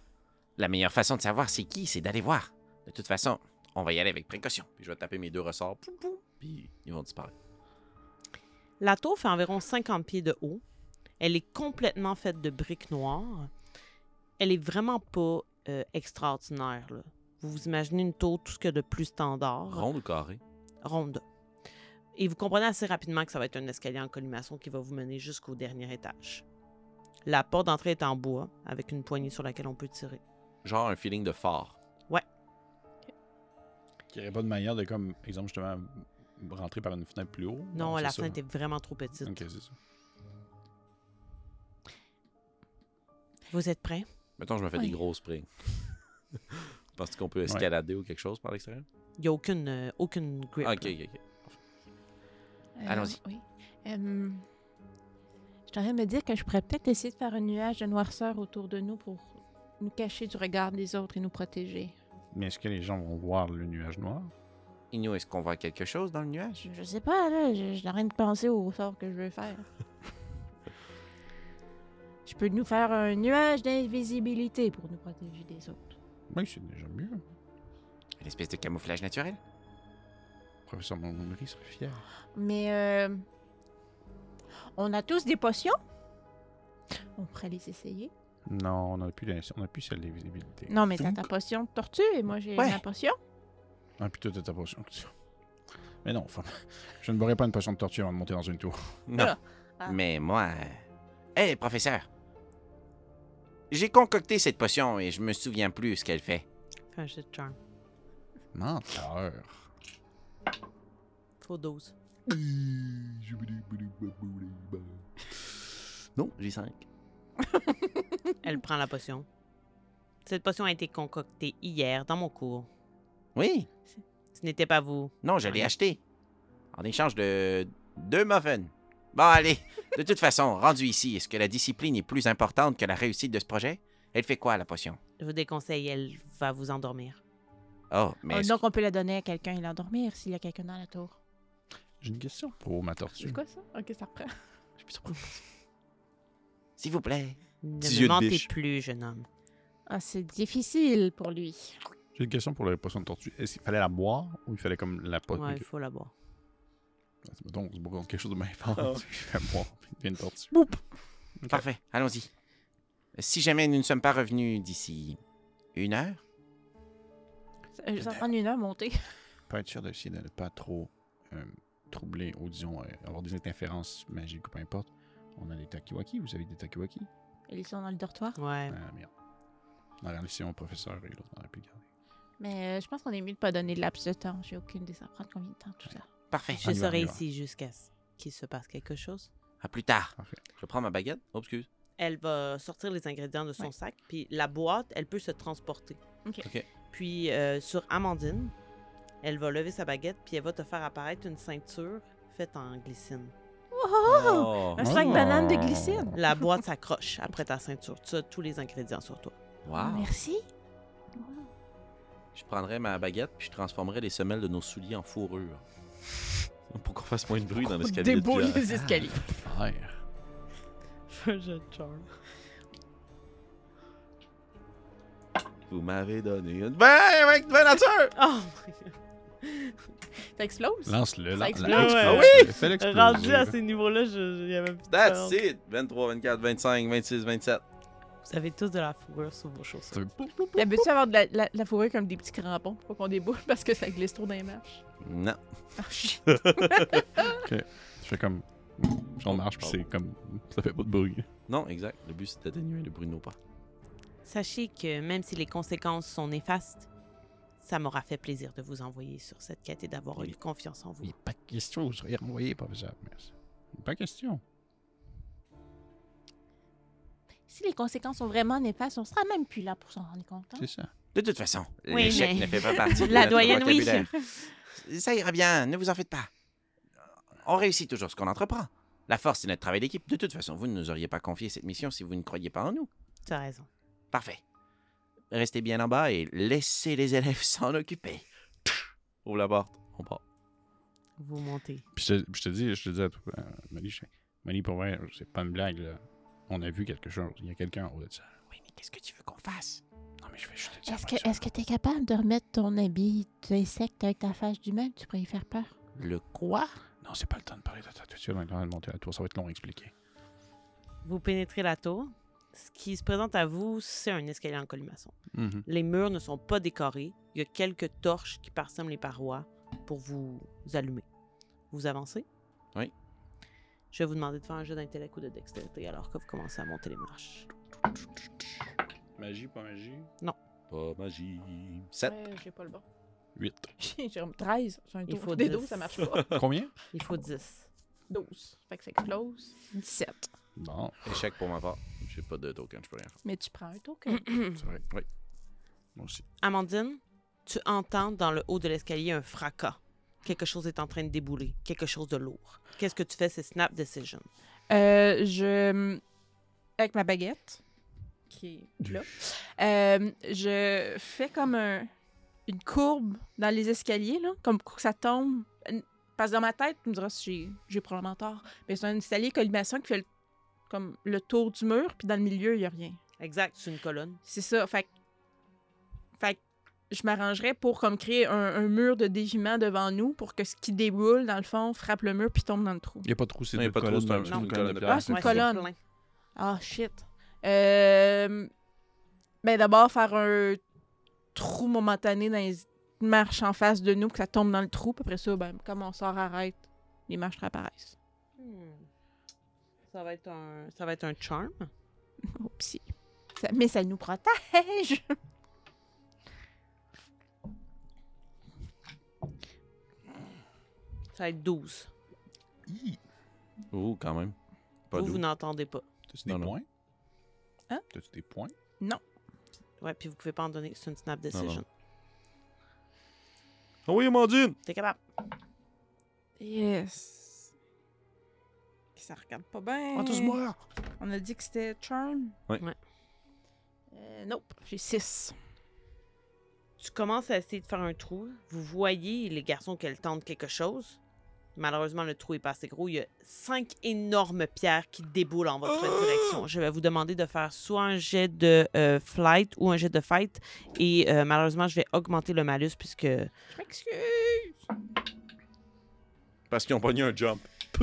La meilleure façon de savoir c'est qui, c'est d'aller voir. De toute façon, on va y aller avec précaution.
Puis je vais taper mes deux ressorts, pou, pou, puis ils vont disparaître.
La tour fait environ 50 pieds de haut. Elle est complètement faite de briques noires. Elle est vraiment pas euh, extraordinaire. là. Vous vous imaginez une tour tout ce qu'il y a de plus
Oh.
standard,
Ronde ou carré?
ronde. Et vous comprenez assez rapidement que ça va être un escalier en colimaçon qui va vous mener jusqu'au dernier étage. La porte d'entrée est en bois, avec une poignée sur laquelle on peut tirer.
Genre un feeling de fort.
Il n'y aurait pas de manière de, comme, par exemple, justement, rentrer par une fenêtre plus haut.
Non, la
c'est ça.
fenêtre est vraiment trop petite.
Ok, c'est ça.
Vous êtes prêts?
Mettons, je me fais
Oui.
des gros
[LAUGHS]
sprays. Penses-tu qu'on peut escalader ou quelque chose par l'extérieur?
Il n'y a aucune, euh, aucune grip.
Ah, ok, ok, ok.
Euh,
Allons-y.
Oui. Euh, je t'aurais me dire que je pourrais peut-être essayer de faire un nuage de noirceur autour de nous pour nous cacher du regard des autres et nous protéger.
Mais est-ce que les gens vont voir le nuage noir?
Igno, est-ce qu'on voit quelque chose dans le nuage?
Je, je sais pas, là, je, je n'ai rien de penser au sort que je veux [LAUGHS] faire. je peux nous faire un nuage d'invisibilité pour nous protéger des autres.
Oui, Ben, c'est déjà mieux.
Une espèce de camouflage naturel?
Professeur Montgomery serait fier.
Mais euh, on a tous des potions. On pourrait les essayer.
Non, on n'a plus, la- on a plus celle d'invisibilité.
Non, mais t'as
Donc-
ta potion de tortue et moi j'ai
Ouais.
ma potion.
Ah, puis toi, t'as ta potion. Mais non, enfin, [LAUGHS] je ne boirai pas une potion de tortue avant de monter dans une tour.
Ah.
Mais moi. euh, Hé, professeur! J'ai concocté cette potion et je me souviens plus ce qu'elle fait.
Fais un jet de charm.
Menteur.
Faut 12.
Non, j'ai 5.
Elle prend la potion. Cette potion a été concoctée hier dans mon cours.
Oui?
Ce n'était pas vous.
Non, je l'ai
Ouais.
acheté. En échange de deux muffins. Bon,
[LAUGHS]
allez. De toute façon, rendu ici, est-ce que la discipline est plus importante que la réussite de ce projet? Elle fait quoi, la potion?
Je vous déconseille, elle va vous endormir.
Oh, mais.
Oh,
est-ce-
donc on peut la donner à quelqu'un et l'endormir s'il y a quelqu'un dans la tour.
J'ai une question pour ma tortue.
quoi ça? Ok, ça
[LAUGHS]
reprend.
S'il vous plaît.
Ne
Petits
me
yeux de
mentez
biche.
plus, jeune homme.
Ah, c'est difficile pour lui.
J'ai une question pour la potion de tortue. Est-ce qu'il fallait la boire ou il fallait comme la potion
Ouais, il faut la boire.
Donc, on se [LAUGHS] boit contre quelque chose de bien fort.
Ah.
Je fais boire, puis il devient une tortue.
Parfait, allons-y. Si jamais nous ne sommes pas revenus d'ici une heure,
Ça, euh, ça va prendre une heure à monter.
Pas être sûr d'essayer de ne pas trop euh, troubler ou disons euh, avoir des interférences magiques ou peu importe. On a des takiwaki, vous avez des takiwaki?
Ils sont dans le dortoir.
Ouais.
Ah merde. On a laissé mon professeur et l'autre on aurait pu le garder.
Mais euh, je pense qu'on est mieux de pas donner de laps de temps. J'ai aucune idée. Ça va prendre combien de temps, tout ça.
parfait.
Je
On y va, on
serai
y va.
ici jusqu'à ce qu'il se passe quelque chose.
À plus tard.
Parfait.
Je prends ma baguette. Oh, excuse.
Elle va sortir les ingrédients de son
Ouais.
sac, puis la boîte, elle peut se transporter.
OK.
OK.
Puis euh, sur Amandine, elle va lever sa baguette, puis elle va te faire apparaître une ceinture faite en glycine.
Oh! Un sac
Oh.
banane de glycine.
[LAUGHS] La boîte s'accroche après ta ceinture. Tu as tous les ingrédients sur toi.
Wow.
Merci.
Je prendrais ma baguette puis je transformerais les semelles de nos souliers en fourrure. [LAUGHS] Pour qu'on fasse moins de bruit dans l'escalier. de
Déboule
pierre.
les escaliers.
Faire.
Vous m'avez donné une. Ben, avec ben nature!
Oh [LAUGHS]
Ça explose?
Lance-le.
Ça
lance-
explose. Ah
lance-
Ouais.
lance- Fais l'exploser.
niveaux-là, il y avait plus
That's it! 23, 24, 25, 26, 27.
Vous avez tous de la fourrure sur vos chaussures.
D'habitude, avoir de la, la, la fourrure comme des petits crampons pour pas qu'on déboule parce que ça glisse trop dans les marches.
Non.
Je fais comme. On marche, puis c'est comme. Ça fait pas de bruit.
Non, exact. Le but, c'est d'atténuer le bruit de nos pas.
Sachez que même si les conséquences sont néfastes, ça m'aura fait plaisir de vous envoyer sur cette quête et d'avoir
Oui.
eu confiance en vous.
Il n'est pas question, vous seriez renvoyé, professeur. Merci. Il est Pas question.
Si les conséquences sont vraiment néfastes, on sera même plus là pour s'en rendre compte. hein.
C'est ça.
De toute façon,
Oui,
l'échec ne
mais-
fait pas
[LAUGHS]
partie de
La
notre
doyenne, oui.
vocabulaire. Ça ira bien, ne vous en faites pas. On réussit toujours ce qu'on entreprend. La force, c'est notre travail d'équipe. De toute façon, vous ne nous auriez pas confié cette mission si vous ne croyiez pas en nous.
Tu as raison.
Parfait. Restez bien en bas et laissez les élèves [LAUGHS] s'en occuper.
Ouvre la porte. On part.
Vous montez.
Puis je te, puis je te dis, je te dis à toi, euh, Mali, je fais, Mali, pour vrai, c'est pas une blague, là. On a vu quelque chose. Il y a quelqu'un en haut de ça.
Oui, mais qu'est-ce que tu veux qu'on fasse
Non, mais je vais juste te dire.
Est-ce
après
que
ça.
est-ce que t'es capable de remettre ton habit d'insecte avec ta face d'humain? Tu pourrais y faire peur.
Le quoi
Non, c'est pas le temps de parler de ça tout de suite. On est en train de monter la tour. Ça va être long à expliquer.
Vous pénétrez la tour. Ce qui se présente à vous, c'est un escalier en colimaçon.
Mhm.
Les murs ne sont pas décorés. Il y a quelques torches qui parsèment les parois pour vous allumer. Vous avancez?
Oui.
Je vais vous demander de faire un jeu d'intellect ou de dextérité alors que vous commencez à monter les marches.
Magie, pas magie.
Pas magie. 7.
j'ai pas le bon. [LAUGHS]
8.
J'ai comme 13 sur un
Il faut
tour. Des
10.
12, ça marche [LAUGHS] pas.
Combien
Il faut 10.
12. Fait que ça explose. 17.
Bon.
Échec pour ma part. J'ai pas de token, je peux rien faire.
Mais tu prends un token.
C'est vrai. Oui. Moi aussi.
Amandine, tu entends dans le haut de l'escalier un fracas. Quelque chose est en train de débouler, quelque chose de lourd. Qu'est-ce que tu fais, c'est Snap Decision.
Euh, je. Avec ma baguette, qui est là, euh, je fais comme un- une courbe dans les escaliers, là, comme pour que ça tombe. Une- Parce que dans ma tête, tu me diras si j'ai- j'ai probablement tort, mais c'est un escalier collimation qui fait le, comme le tour du mur, puis dans le milieu, il n'y a rien.
Exact, c'est une colonne.
C'est ça. Fait, que- fait que je m'arrangerais pour comme créer un, un mur de déviment devant nous pour que ce qui déboule, dans le fond, frappe le mur puis tombe dans le trou.
Il n'y a pas de trou, c'est
Non, y a
deux
pas de trou,
colonnes
c'est un-
de-
c'est
c'est
une
une
colonne
colonne
de
de
pierre.
pierre.
Ah, c'est une
c'est
colonne.
plein.
Ah, shit. Euh, Ben, d'abord, faire un trou momentané dans les marches en face de nous, que ça tombe dans le trou. puis Après ça, ben, comme on sort, arrête, les marches réapparaissent. [LAUGHS]
Hmm. Ça va être un, ça va être un charm.
Oh, psy. Ça- mais ça nous protège.
Ça va être 12.
Ouh, quand même. Pas
vous,
doux.
vous n'entendez pas.
T'as-tu des
Non, non.
points
Hein?
T'as-tu des points
Ouais, puis vous pouvez pas en donner. C'est une snap
non.
decision.
Ah oui, Amandine!
T'es capable.
Yes. Ça regarde pas bien. On a dit que c'était charm.
Ouais.
Ouais.
Euh, nope, j'ai 6.
Tu commences à essayer de faire un trou. Vous voyez les garçons qu'elles tentent quelque chose. Malheureusement, le trou est pas assez gros. Il y a cinq énormes pierres qui déboulent en votre
Ah!
direction. Je vais vous demander de faire soit un jet de euh, flight ou un jet de fight. Et euh, malheureusement, je vais augmenter le malus puisque
Je m'excuse.
Parce qu'ils ont pogné un jump.
[LAUGHS]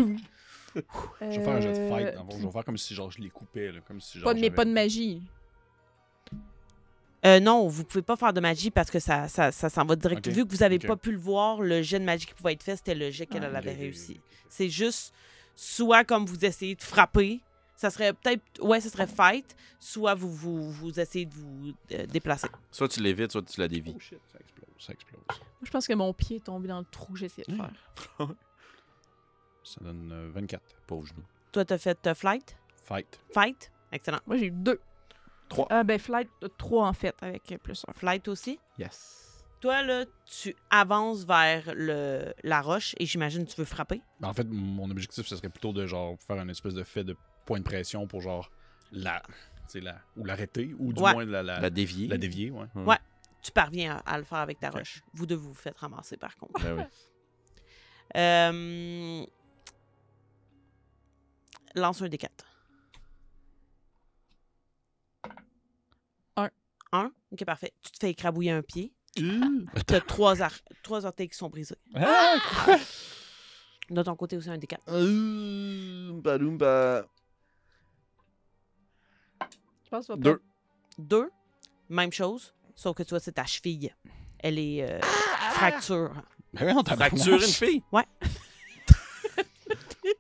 Je vais faire un jeu de fight.
Euh,
dans le fond. Je vais faire comme si genre, je les coupais. Là, comme si, genre,
Pas de- mais
j'avais-
pas de magie.
Euh, non, vous pouvez pas faire de magie parce que ça, ça, ça s'en va direct.
Ok,
Vu que vous avez
ok. Ah,
pas pu le voir, le jet de magie qui pouvait être fait, c'était le jet qu'elle
Ok,
avait
ok, ok,
réussi.
ok.
C'est juste soit comme vous essayez de frapper, ça serait peut-être ouais, ça serait fight, soit vous vous, vous essayez de vous euh, déplacer.
Soit tu l'évites, soit tu la dévies.
Oh shit, ça explose, ça explose.
Moi, je pense que mon pied est tombé dans le trou que j'essayais de
Hmm.
faire.
Ça donne euh, 24.
Pauvre genou.
Toi, t'as fait euh, flight,
Fight.
fight, excellent.
Moi, j'ai eu deux.
Trois.
Ah, ben, Flight, euh, trois en fait, avec euh, plus un.
Flight aussi.
Yes.
Toi là, tu avances vers le la roche et j'imagine que tu veux frapper.
Ben, En fait, mon objectif, ce serait plutôt de genre faire une espèce de fait de point de pression pour genre la. tu sais, la ou l'arrêter, ou du
Ouais.
moins la, la,
La dévier.
Euh, la dévier, ouais.
Tu parviens à, à le faire avec ta
Ok.
roche. Vous deux vous vous faites ramasser par contre.
Ben oui.
Euh, Lance un des quatre.
Un.
Un? Ok, parfait. Tu te fais écrabouiller un pied.
Mmh.
Tu as trois, ar- trois orteils qui sont brisés.
Ah!
De ton côté aussi, un des quatre.
Euh, Baloumba.
Je pense que ça va
Deux.
Deux, même chose, sauf que tu vois, c'est ta cheville. Elle est euh, fracture.
Ben oui, on t'a
Fracture une fille? [LAUGHS]
Ouais.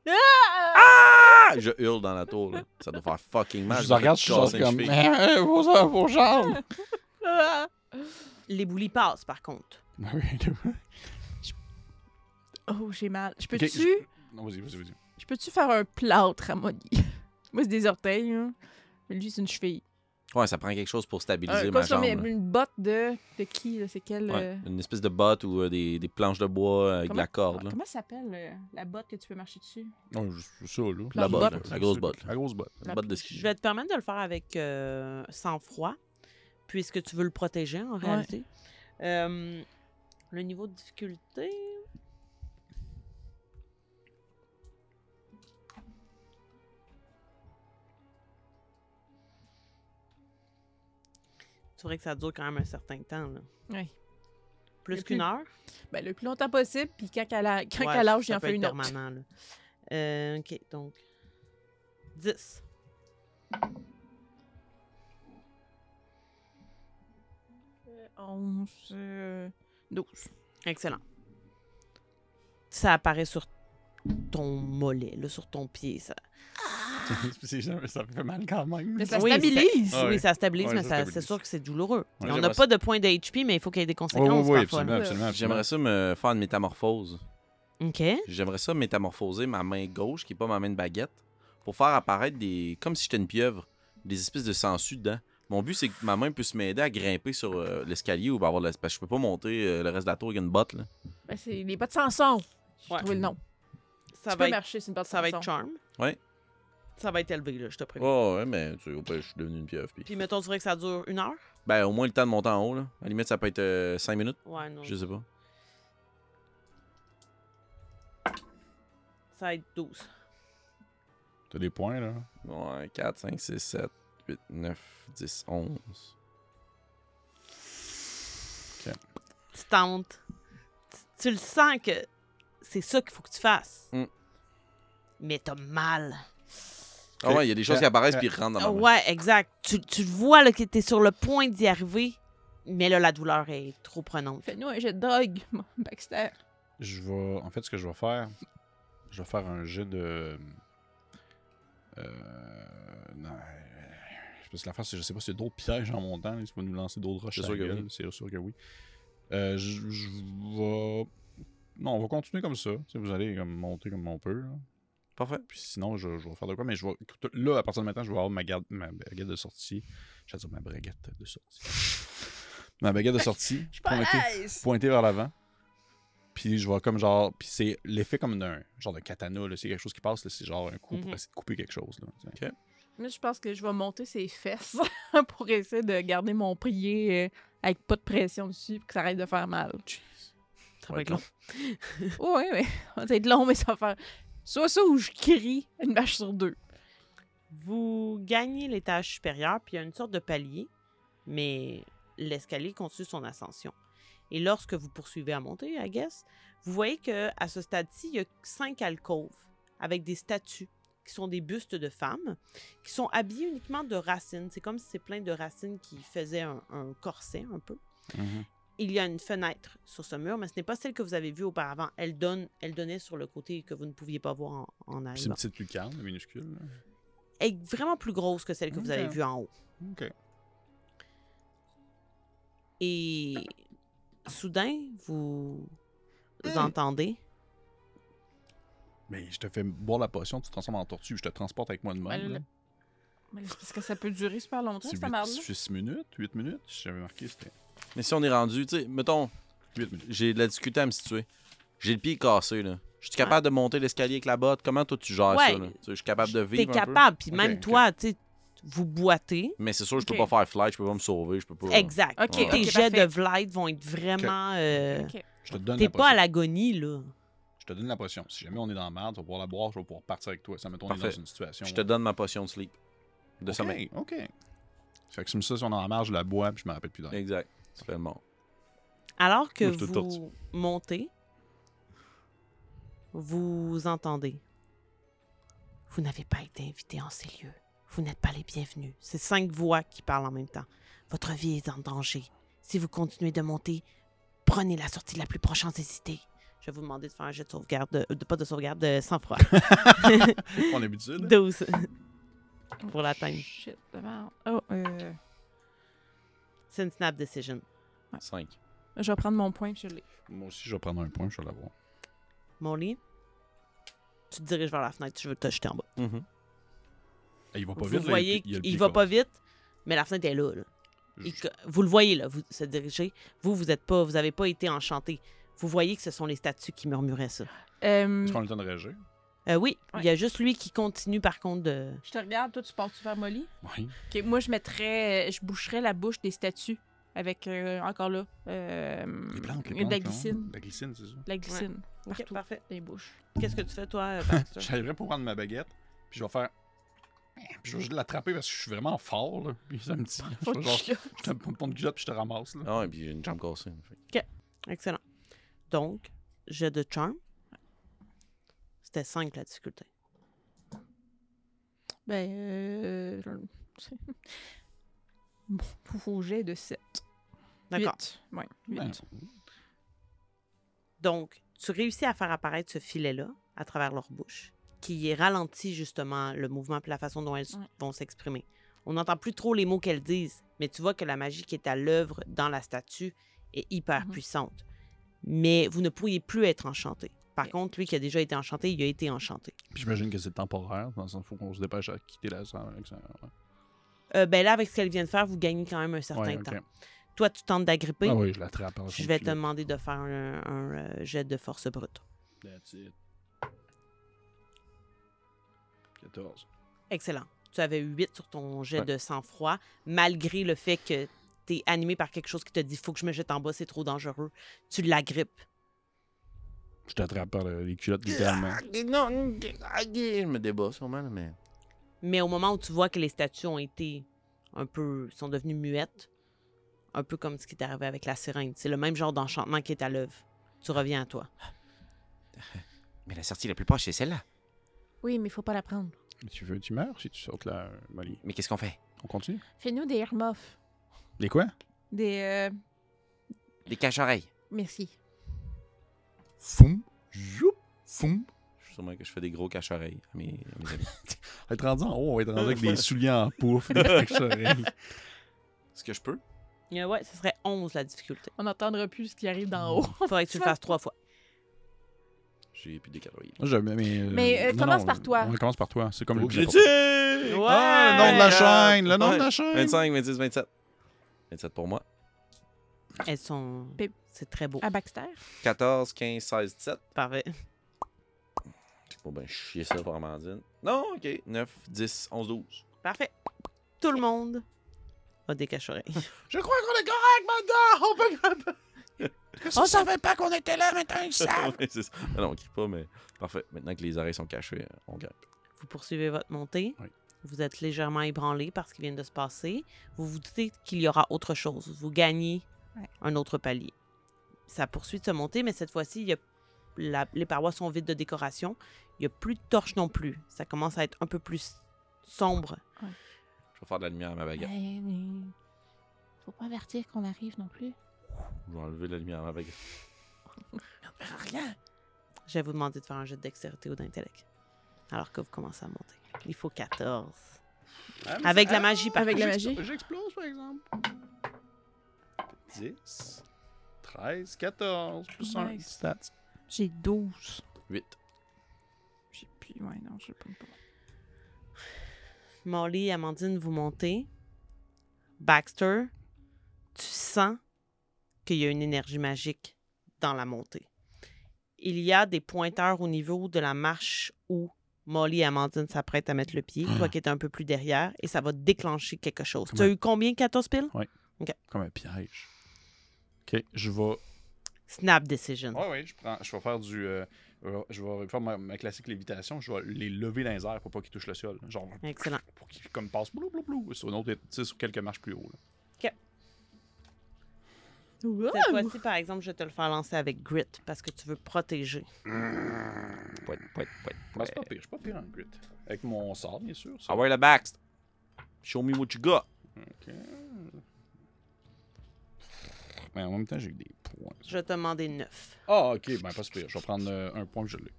ah! Je hurle dans la tour. là. Ça doit faire fucking mal.
Je vous regarde, je suis genre
Casser une
comme.
cheville.
Eh, eh, vos, vos jambes!
pas.
Les boulis passent, par contre.
Ben oui, [LAUGHS]
Oh, j'ai mal. Je
Ok,
peux-tu
je- Non, vas-y, vas-y, vas-y.
je... peux-tu faire un plâtre à Molly? [LAUGHS] Moi, c'est des orteils, hein. Mais lui, c'est une cheville.
Ouais, ça prend quelque chose pour stabiliser
Un,
ma
comme ça,
jambe.
mais
là.
une botte de, de qui? là? C'est quelle?
Ouais,
euh,
Une espèce de botte ou euh, des, des planches de bois euh, avec de la corde. là.
Comment ça s'appelle euh, la botte que tu peux marcher dessus?
Non, je- ça, là.
planche
La
de
botte,
botte.
là, la grosse botte. là.
La grosse botte.
Une botte de ski.
Je vais te permettre de le faire avec euh, sang-froid, puisque tu veux le protéger en réalité. Euh, le niveau de difficulté. Tu verrais que ça dure quand même un certain temps. là.
Oui.
Plus
Le
qu'une
plus-
heure.
Ben, le plus longtemps possible, puis quand qu'elle a... quand
Ouais,
qu'elle lâche,
ça
j'en
peut
fais
être
une autre.
permanent, là. Euh, ok, donc. 10.
Euh, 11, euh, 12.
Excellent. Ça apparaît sur ton mollet, là, sur ton pied. Ça,
[LAUGHS] C'est- ça, ça fait mal quand même.
Mais ça
Oui,
stabilise!
Ah
oui,
ouais.
ça stabilise,
Ouais,
mais
ça
ça-
stabilise.
c'est sûr que c'est douloureux.
Ouais,
on n'a
j'aimerais
pas de point d'HP, mais il faut qu'il y ait des
Oui, oui,
conséquences parfois.
oui, absolument,
là.
absolument. absolument.
J'aimerais ça me faire une métamorphose.
OK.
J'aimerais ça métamorphoser ma main gauche, qui est pas ma main de baguette, pour faire apparaître des. comme si j'étais une pieuvre, des espèces de sangsues dedans. Mon but, c'est que ma main puisse m'aider à grimper sur euh, l'escalier ou avoir la- parce que je peux pas monter euh, le reste de la tour avec une botte. Là.
Ben, c'est les bottes sans son. J'ai
Ouais.
trouvé le nom.
Ça
tu
va,
peux
être,
marcher sur une botte
ça
sans
va
son.
être charm.
Ouais.
Ça va être élevé, là, je te préviens.
Oh, ouais, mais tu sais, au pire, je suis devenu une pieuvre. puis-
Puis, mettons, tu voudrais que ça dure une heure?
Ben, au moins le temps de monter en haut. Là. À la limite, ça peut être 5 minutes,
Ouais, non.
je sais pas.
Ça va être 12.
T'as des points, là.
Ouais, 4, 5, 6, 7, 8, 9, 10, 11.
Tu tentes. Tu, tu le sens que c'est ça qu'il faut que tu fasses.
Mm.
Mais t'as mal.
Ah ouais, il y a des choses qui apparaissent puis ils rentrent
Ah
dans ma main.
ouais, exact. Tu, tu le vois là, que t'es sur le point d'y arriver, mais là, la douleur est trop prenante.
Fais-nous un jet de
[LAUGHS]
drogue, mon Baxter.
Je vais. En fait, ce que je vais faire, je vais faire un jet de. Euh. Non. euh, Parce que l'affaire, c'est je sais pas s'il y a d'autres pièges en montant. là, Si tu vas nous lancer d'autres roches,
C'est
à
sûr
la
que
gueule, C'est sûr que oui. Euh, je, je vais. Non, on va continuer comme ça. Tu sais, vous allez comme, monter comme on peut. là.
Parfait.
Puis sinon, je, je vais faire de quoi. Mais je vais. Là, à partir de maintenant, je vais avoir ma, garde, ma baguette de sortie. J'allais dire ma baguette de sortie. ma baguette de sortie.
Je suis pas
pointée-
à l'aise!
pointé vers l'avant. Puis je vois comme genre. Puis c'est l'effet comme d'un genre de katana. là. C'est quelque chose qui passe. là. C'est genre un coup pour
Mhm.
essayer de couper quelque chose. Là. tu sais.
Moi, je pense que je vais monter
[LAUGHS]
ses fesses [LAUGHS] pour essayer de garder mon prier euh, avec pas de pression dessus pour que ça arrête de faire mal. [LAUGHS]
Ça
va être long.
Oui, mais [LAUGHS] ça va être long, mais ça va faire. Soit ça ou je crie une vache sur deux.
Vous gagnez l'étage supérieur, puis il y a une sorte de palier, mais l'escalier continue son ascension. Et lorsque vous poursuivez à monter, I guess, vous voyez que à ce stade-ci, il y a cinq alcôves avec des statues qui sont des bustes de femmes, qui sont habillées uniquement de racines. C'est comme si c'est plein de racines qui faisaient un, un corset un peu.
Mhm.
Il y a une fenêtre sur ce mur, mais ce n'est pas celle que vous avez vue auparavant. Elle, donne, elle donnait sur le côté que vous ne pouviez pas voir en, en
Puis C'est une
arrivant.
petite lucarne minuscule. là.
Elle est vraiment plus grosse que celle que vous avez
Ok.
vue en haut.
OK.
Et soudain, vous
Hmm.
entendez
Mais je te fais boire la potion, tu te transformes en tortue, je te transporte avec moi de
Ouais,
même. là.
le- Mais là, c'est parce que ça peut durer super longtemps,
C'est
cette
huit-
merde
ça fait 6 minutes, 8 minutes. J'avais marqué, c'était
Mais si on est rendu, tu sais, mettons,
8 minutes.
j'ai de la difficulté à me situer. J'ai le pied cassé, là. Je suis capable de monter l'escalier avec la botte. Comment toi tu gères ça,
Ah. Ouais.
là? Tu sais, Je suis capable de
T'es
vivre. un peu.
capable, puis même
ok.
toi, tu sais, vous boitez.
Mais c'est sûr, je peux
Ok.
pas faire flight, je peux pas me sauver, je peux pas.
Exact.
Ok,
Ouais.
Tes
ok,
jets
parfait.
de Vlight vont être vraiment. euh,
Ok.
Je te donne
T'es
la
pas à
potion.
l'agonie, là.
Je te donne la potion. Si jamais on est dans la merde, tu vas pouvoir la boire, je vais pouvoir partir avec toi. Ça me tourne dans
Parfait.
une situation.
Je te donne ma potion de sleep. De
OK,
sommeil.
OK. Fait que si ça, si on est dans la merde, je la bois, puis je me rappelle plus d'un.
Exact. Tu fais le mort.
Alors que
Moi, je te
vous
tortue.
montez, vous entendez. Vous n'avez pas été invité en ces lieux. Vous n'êtes pas les bienvenus. C'est cinq voix qui parlent en même temps. Votre vie est en danger. Si vous continuez de monter, prenez la sortie la plus proche sans hésiter. Je vais vous demander de faire un jet de sauvegarde, de, de- pas de sauvegarde, de sang-froid.
[LAUGHS] On est habitué, là? [LAUGHS]
12. Pour l'atteindre.
Shit, de merde. Oh, euh,
C'est une snap decision.
5.
je vais prendre mon point, puis je l'ai.
Moi aussi, je vais prendre un point, je vais l'avoir.
Mon lit, tu te diriges vers la fenêtre, je veux te jeter en bas.
Eh, il va pas
vous
vite, là,
voyez
il, y a le
qu'il
pied
va
con.
pas vite, mais la fenêtre est là. là. Et que- vous le voyez là, vous se dirigez. Vous, vous êtes pas, vous avez pas été enchanté. Vous voyez que ce sont les statues qui murmuraient ça.
Euh,
Est-ce qu'on a le temps de réagir?
Euh, oui,
Ouais.
il y a juste lui qui continue par contre de.
je te regarde, toi, tu penses-tu faire Molly?
Oui.
Ok, moi, je
euh,
mettrais. Je boucherais la bouche des statues avec, euh, encore là, euh,
Les plantes, les plantes.
de la
là, hein?
glycine.
De La glycine, c'est ça.
De La glycine. Partout.
parfait.
Dans les bouches.
Qu'est-ce que tu fais toi, euh,
[LAUGHS]
Baxter?
J'arriverai pour prendre ma baguette, puis je vais faire. Puis je vais juste l'attraper parce que je suis vraiment fort, là. Puis ça me dit. Je vais
[LAUGHS]
genre,
Fuck you.
je te pompe ton culotte, puis je te ramasse, là.
Ah, et puis j'ai une jambe cassée. Fait que
Excellent. Donc, j'ai de charm. C'était 5 la difficulté.
[LAUGHS] Ben, euh. je- Bon, faut jet de 7.
D'accord.
Ouais,
Ben,
huit.
Donc, tu réussis à faire apparaître ce filet-là à travers leur bouche, qui ralentit justement le mouvement et la façon dont elles s-
Ouais.
vont s'exprimer. On n'entend plus trop les mots qu'elles disent, mais tu vois que la magie qui est à l'œuvre dans la statue est hyper
Mhm.
puissante. Mais vous ne pourriez plus être enchanté. Par
Ok.
contre, lui qui a déjà été enchanté, il a été enchanté.
Puis j'imagine que c'est temporaire, dans le sens où on se dépêche à quitter la salle. avec ça, ouais.
Euh, ben là, avec ce qu'elle vient de faire, vous gagnez quand même un certain
Ouais, ok.
temps. Toi, tu tentes d'agripper.
Ah oui, je l'attrape.
Je vais te demander de faire un, un, euh, jet de force brute.
14.
Excellent. Tu avais eu 8 sur ton jet
Ouais.
de sang-froid, malgré le fait que tu es animé par quelque chose qui te dit faut que je me jette en bas, c'est trop dangereux. Tu l'agrippes.
Je t'attrape par le- les culottes, littéralement.
Non, non, ah, je me débat sûrement, là, mais.
Mais au moment où tu vois que les statues ont été un peu. sont devenues muettes, un peu comme ce qui t'est arrivé avec la sirène. C'est le même genre d'enchantement qui est à l'œuvre. Tu reviens à toi.
Mais la sortie la plus proche, c'est celle-là.
Oui, mais faut pas la prendre.
tu veux, tu meurs si tu sautes la Molly.
Mais qu'est-ce qu'on fait
On continue?
Fais-nous des earmuffs.
Les quoi?
Des. euh,
Des caches-oreilles.
Merci.
Foum, joup, foum. Je suis sûrement que je fais des gros cache-oreilles à mes, à mes amis.
Être rendu en haut, on va être rendu avec [LAUGHS] des souliers en pouf, des cache-oreilles.
Est-ce que je peux?
Euh, ouais, ce serait 11 la difficulté.
On n'entendra plus ce qui arrive d'en haut.
Il faudrait que tu le fasses trois fois.
J'ai plus de calories.
Moi, j'aime, mais. euh,
Mais, euh, commence par toi.
On commence par toi. C'est comme le plus important.
Objectif!
Ouais!
Ah, le nom de la
Ouais.
chaîne! Le nom de la chaîne!
25, 26, 27. 27 pour moi.
Elles sont.
Pip.
C'est très
Ah.
beau.
À Baxter.
14, 15, 16, 17.
Parfait.
C'est pas ben chier ça pour Amandine. Non, ok. 9, 10, 11, 12.
Parfait. Tout le monde a des cache-oreilles.
Je crois qu'on est correct maintenant! On peut
[LAUGHS]
On savait pas qu'on était là, maintenant ils savent.
Ouais, c'est ça. Ah non, on crie pas, mais parfait. Maintenant que les oreilles sont cachées, on gagne.
Vous poursuivez votre montée.
Oui.
Vous êtes légèrement ébranlé par ce qui vient de se passer. Vous vous dites qu'il y aura autre chose. Vous gagnez
Ouais.
un autre palier. Ça poursuit de se monter, mais cette fois-ci, il y a la- les parois sont vides de décoration. Il n'y a plus de torches non plus. Ça commence à être un peu plus sombre.
Je vais faire de la lumière à ma
Euh,
baguette.
Hey, mais Faut pas avertir qu'on arrive non plus.
Je vais enlever de la lumière à ma baguette.
Rien.
Je vais vous demander de faire un jeu de dextérité ou d'intellect. Alors que vous commencez à monter. Il faut 14. Avec la magie, par
Ah, Avec la
contre.
magie.
J'explose, par exemple. 10, 13, 14, plus 1.
Nice.
Stats.
J'ai 12.
8.
J'ai plus. Ouais, non, je peux pas.
Molly et Amandine, vous montez. Baxter, tu sens qu'il y a une énergie magique dans la montée. Il y a des pointeurs au niveau de la marche où Molly et Amandine s'apprêtent à mettre le pied, toi qui es un peu plus derrière, et ça va déclencher quelque chose. Tu as
Comment-
eu combien, 14 piles?
Comme un piège. Ok, je vais.
Snap decision.
Ouais, ouais, je, prends, je vais faire du. euh, euh, je vais faire ma, ma classique lévitation. Je vais les lever dans les airs pour pas qu'ils touchent le sol. Genre,
Excellent.
pour qu'ils comme passent blou, blou, blou, sur, une autre, tu sais, sur quelques marches plus haut. là.
Cette fois-ci, par exemple, je vais te le faire lancer avec grit parce que tu veux protéger.
Pouet, pouet, pouet,
Ben, c'est pas
pouet.
pire, je suis pas pire en grit. Avec mon sort, bien sûr. ça.
Ah ouais, le Bax. Show me what you got.
Ok. Mais en même temps, j'ai que des points.
Je vais te demander 9.
Ah, ok, ben pas si pire. Je vais prendre euh, un point que je l'ai.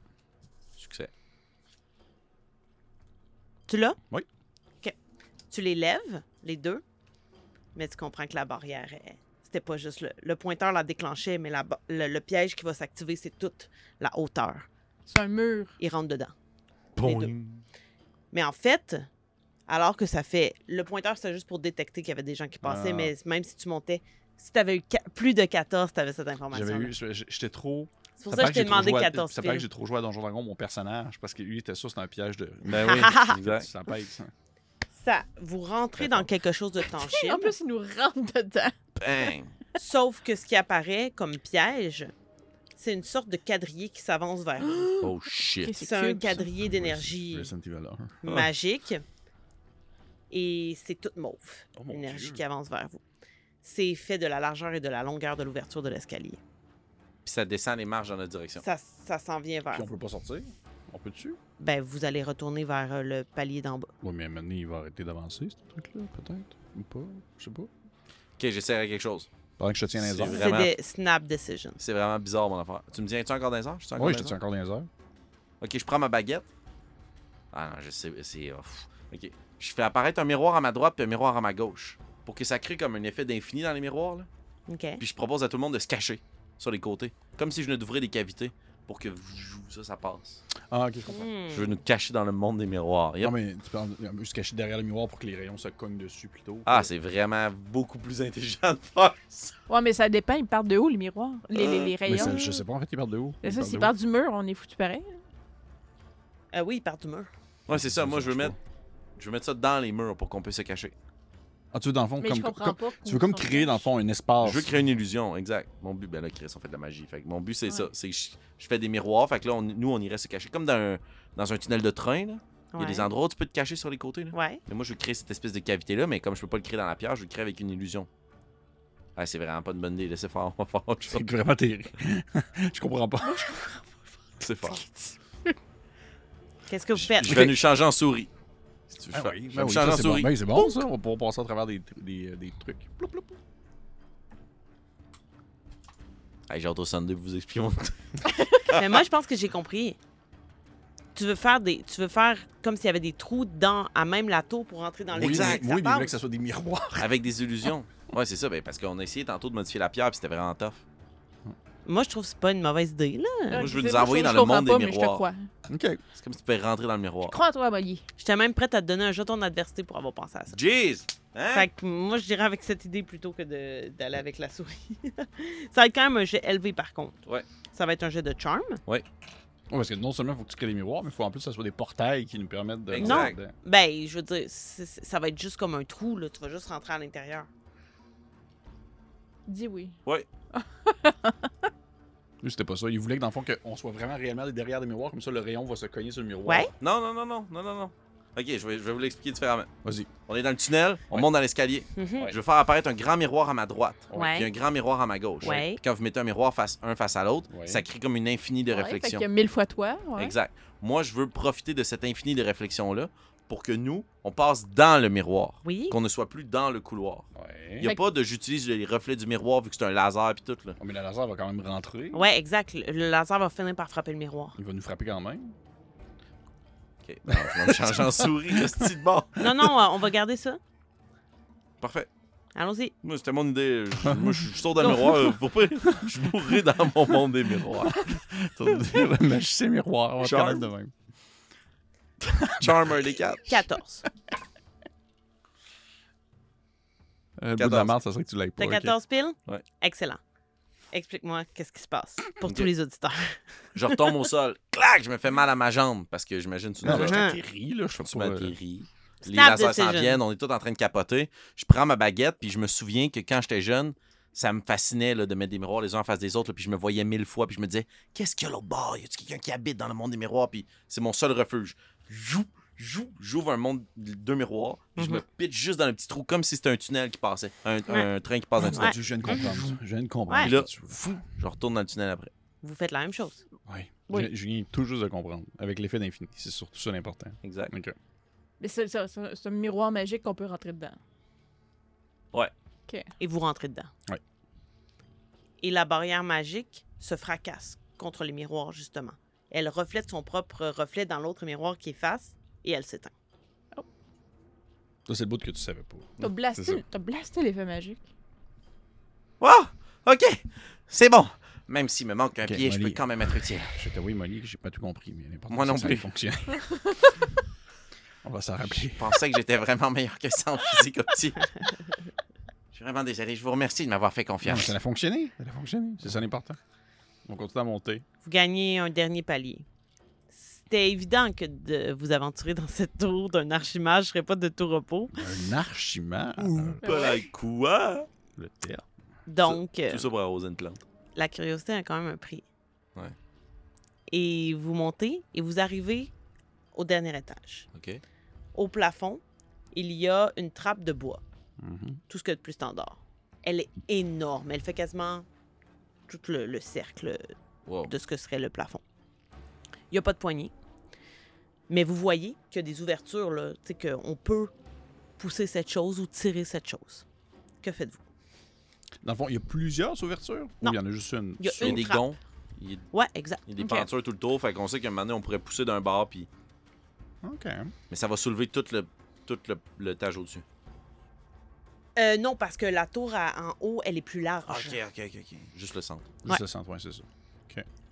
Succès.
Tu l'as?
Oui.
OK. Tu les lèves, les deux, mais tu comprends que la barrière, est... c'était pas juste le, le pointeur la déclenchait, mais la ba- le, le piège qui va s'activer, c'est toute la hauteur.
C'est un mur.
Il rentre dedans. Les deux. Mais en fait, alors que ça fait. Le pointeur, c'était juste pour détecter qu'il y avait des gens qui passaient,
Ah.
mais même si tu montais, si tu avais eu qua- plus de 14, tu avais cette information.
J'avais eu. J'étais trop.
C'est pour ça,
Ça
que
paraît
je t'ai
j'ai trop
demandé
joué à-
14
Ça paraît que
piles.
j'ai trop joué à Donjon Dragon, mon personnage, parce que lui était sûr que c'était un piège de. hein.
Ben oui,
[LAUGHS]
[LAUGHS] exact.
Ça pète, ça.
Ça, vous rentrez dans quelque chose
[LAUGHS]
de tangible.
En plus, il nous rentre dedans.
Bang.
Sauf que ce qui apparaît comme piège, c'est une sorte de quadrillé qui s'avance vers vous.
[GASPS] Oh shit.
Ok,
C'est un
cube, ça.
Ah,
quadrillé d'énergie
Resident Evil 1.
magique. Et c'est toute mauve,
Oh mon
l'énergie
Dieu.
qui avance vers vous. C'est fait de la largeur et de la longueur de l'ouverture de l'escalier.
Puis ça descend les marches dans notre direction.
Ça, ça s'en vient vers
Puis on
vous.
peut pas sortir. On peut dessus.
Ben, vous allez retourner vers euh, le palier d'en bas.
Oui, mais maintenant, il va arrêter d'avancer, ce truc-là, peut-être. Ou pas. Je sais pas.
Ok, j'essaierai quelque chose.
Pendant que je te tiens dans les
C'est
airs.
vrai.
C'est
Vraiment.
des snap decisions.
C'est vraiment bizarre, mon affaire. Tu me tiens tu encore dans les airs? Je suis encore
Oui,
dans
je te
les
tiens encore dans les airs.
airs? Ok, je prends ma baguette. Ah non, je sais, c'est... oh, pff. ok, je fais apparaître un miroir à ma droite puis un miroir à ma gauche. Pour que ça crée comme un effet d'infini dans les miroirs, là.
OK.
Puis je propose à tout le monde de se cacher sur les côtés. Comme si je ne d'ouvrais des cavités pour que ça, ça passe.
Ah, ok, je comprends.
Hmm.
Je veux nous cacher dans le monde des miroirs. Yep.
Non, mais tu peux juste cacher derrière le miroir pour que les rayons se cognent dessus plutôt.
Ah, c'est vraiment beaucoup plus intelligent de faire ça.
Ouais, mais ça dépend. Ils partent de haut, les miroirs. Les,
Euh,
les, les
Mais ça,
rayons.
je sais pas, en fait, ils partent de haut.
Mais ça, s'ils
de
partent du mur, on est foutu pareil.
Ah oui, il part du mur.
Ouais, c'est ça.
Ça,
Moi,
ça
je veux
marche
mettre, je veux mettre ça dans les murs pour qu'on puisse se cacher.
haut. Ah, tu veux, dans le fond,
Mais
comme,
je comprends
comme-
pas.
tu veux comme créer, dans le fond, un espace.
Je veux créer une illusion, exact. Mon but, ben là, Chris, on fait de la magie. Fait que mon but, c'est ça. C'est que je, je fais des miroirs. Fait que là, on- nous, on irait se cacher. Comme dans un, dans un tunnel de train, là. Il y a des
Ouais.
endroits où tu peux te cacher sur les côtés, là.
Ouais.
Mais moi, je veux créer cette espèce de cavité-là, mais comme je peux pas le créer dans la pierre, je veux le créer avec une illusion. Ah, c'est vraiment pas une bonne idée. Laissez faire, on va faire
[LAUGHS]
autre chose.
C'est vraiment terrible. je comprends pas.
Laissez faire.
Qu'est-ce que vous faites?
Je vais nous changer en souris. Si tu veux,
Ah
je fais-
oui,
je vais
ben
nous
oui,
changer
ça,
en
c'est bon.
souris.
Ben, c'est bon, ça. On va pouvoir passer à travers des, des, euh, des trucs. Ploup, ploup, ploup.
Hey, J'ai hâte au Sunday pour vous expliquer mon
Mais moi, je pense que j'ai compris. Tu veux faire des, tu veux faire comme s'il y avait des trous dans, à même la tour pour entrer dans le
Oui,
trou
Exact,
que ça
mais- Oui, mais il
passe.
voulait que ça soit des miroirs. [LAUGHS]
Avec des illusions. Ouais, c'est ça, ben, parce qu'on a essayé tantôt de modifier la pierre, puis c'était vraiment tough.
Moi, je trouve que c'est pas une mauvaise idée, là.
Moi, je veux
sais
nous
pas,
envoyer dans
je
le
comprends
monde des
pas, mais je te
miroirs.
crois.
Ok.
C'est comme si tu pouvais rentrer dans le miroir.
Crois en toi, Molly.
J'étais même prête à te donner un jeton d'adversité pour avoir pensé à ça.
Jeez! Hein?
Fait que moi, je dirais avec cette idée plutôt que de- d'aller avec la souris. [LAUGHS] ça va être quand même un jet élevé, par contre.
Ouais.
Ça va être un jet de charme.
Ouais, parce que non seulement il faut que tu crées des miroirs, mais il faut en plus que ce soit des portails qui nous permettent de.
Exact.
de-
Ben, je veux dire, c'est- c'est- ça va être juste comme un trou, là. Tu vas juste rentrer à l'intérieur.
Dis oui.
Lui, c'était pas ça. Il voulait que dans le fond, qu'on soit vraiment réellement derrière des miroirs, comme ça le rayon va se cogner sur le miroir.
Ouais.
Non, non, non, non, non, non, non. Ok, je vais, je vais vous l'expliquer différemment.
Vas-y.
On est dans le tunnel, on
Ouais.
monte dans l'escalier.
Mhm.
Ouais.
Je vais faire apparaître un grand miroir à ma droite.
Ouais.
Puis un grand miroir à ma gauche.
Ouais.
Puis quand vous mettez un miroir face un face à l'autre,
Ouais.
ça crée comme une infinie de
Ouais, fait
réflexions.
qu'il y a mille fois toi. Ouais.
Exact. Moi, je veux profiter de cette infinie de réflexions-là pour que nous, on passe dans le miroir.
Oui.
Qu'on ne soit plus dans le couloir. Il
Ouais.
n'y a
Fait que-
pas de j'utilise les reflets du miroir vu que c'est un laser puis tout. Là.
Oh, mais le laser va quand même rentrer.
Ouais, exact. Le- Le laser va finir par frapper le miroir.
Il va nous frapper quand [LAUGHS] même.
Ok. Non, je vais me changer en souris, le style de bord.
Non, non, euh, on va garder ça.
Parfait.
Allons-y.
Moi, c'était mon idée. Je, moi, je, je sors dans le miroir. euh, Pour pas, je mourrai dans mon monde des miroirs.
[LAUGHS] le magicien miroir, on va
Charm.
quand même de même.
Charmer, les quatre.
14.
Euh, le bout de la
14.
marde, ça serait que tu l'aies pas.
T'as
ok.
14 piles?
Ouais.
Excellent. Explique-moi qu'est-ce qui se passe pour
Ok.
tous les auditeurs.
Je retombe au sol. Clac, je me fais mal à ma jambe parce que j'imagine que tu
Non, là,
m'as
je
Mhm.
t'atterris, là. Je fais
Tu
pas, euh,
m'atterris. Les
Snap
lasers s'en
decision.
viennent, on est tous en train de capoter. Je prends ma baguette, puis je me souviens que quand j'étais jeune, ça me fascinait là, de mettre des miroirs les uns en face des autres, là, puis je me voyais mille fois, puis je me disais, qu'est-ce qu'il y a l'autre bord Y a-tu quelqu'un qui habite dans le monde des miroirs Puis c'est mon seul refuge. Jou, jou, j'ouvre un monde de miroirs, puis je me pitche juste dans le petit trou, comme si c'était un tunnel qui passait, un,
Ouais.
un train qui passe dans un
Mon
tunnel.
Dieu, je viens de comprendre. ça. Je viens de comprendre.
Ouais.
Puis là, fou, je retourne dans le tunnel après.
Vous faites la même chose.
Ouais.
Oui.
Je, je viens tout juste de comprendre. Avec l'effet d'infini. C'est surtout ça l'important.
Exact.
Ok.
Mais c'est, c'est- c'est- c'est un miroir magique qu'on peut rentrer dedans.
Et vous rentrez dedans.
Ouais.
Et la barrière magique se fracasse contre les miroirs, justement. Elle reflète son propre reflet dans l'autre miroir qui est face et elle s'éteint.
Ça, c'est le bout que tu savais pas.
T'as
c'est
blasté, t'as blasté l'effet magique.
Oh, ok, c'est bon. Même s'il me manque un
Ok,
pied, je peux
Molly.
quand même être utile.
Je t'avoue, Molly, que j'ai pas tout compris, mais n'importe
Moi
quoi,
non
ça, ça
plus. [LAUGHS]
fonctionne. On va s'en rappeler.
Je pensais que j'étais vraiment meilleur que ça en physique
[LAUGHS]
au petit. Je suis vraiment désolé. Je vous remercie de m'avoir fait
Non, mais
confiance.
ça a fonctionné. Ça a fonctionné. C'est ça l'important. On continue à monter.
Vous gagnez un dernier palier. C'était évident que de vous aventurer dans cette tour d'un archimage serait pas de tout repos.
Un archimage.
Pas la quoi?
Le terme.
Donc, euh,
Tout ça pour arroser une plante.
la curiosité a quand même un prix.
Ouais.
Et vous montez et vous arrivez au dernier étage.
OK.
Au plafond, il y a une trappe de bois,
Mhm.
tout ce que de plus standard. Elle est énorme, elle fait quasiment tout le, le cercle
Wow.
de ce que serait le plafond. Il n'y a pas de poignée, mais vous voyez qu'il y a des ouvertures, là, tu sais, qu'on peut pousser cette chose ou tirer cette chose. Que faites-vous?
Dans le fond, il y a plusieurs ouvertures. Ou
Non.
il y en a juste une.
Il y a
Il y a
une
des
trappe.
gonds. Il y a,
Ouais, exact.
il y a des
Ok.
peintures tout le tour. Fait qu'on sait qu'à un moment donné, on pourrait pousser d'un bar. Puis...
OK.
Mais ça va soulever tout le, tout le, le tâche au-dessus.
Euh, non, parce que la tour à- en haut, elle est plus large.
OK, OK, OK. Juste le centre.
Juste
Ouais.
le centre, ouais, c'est ça.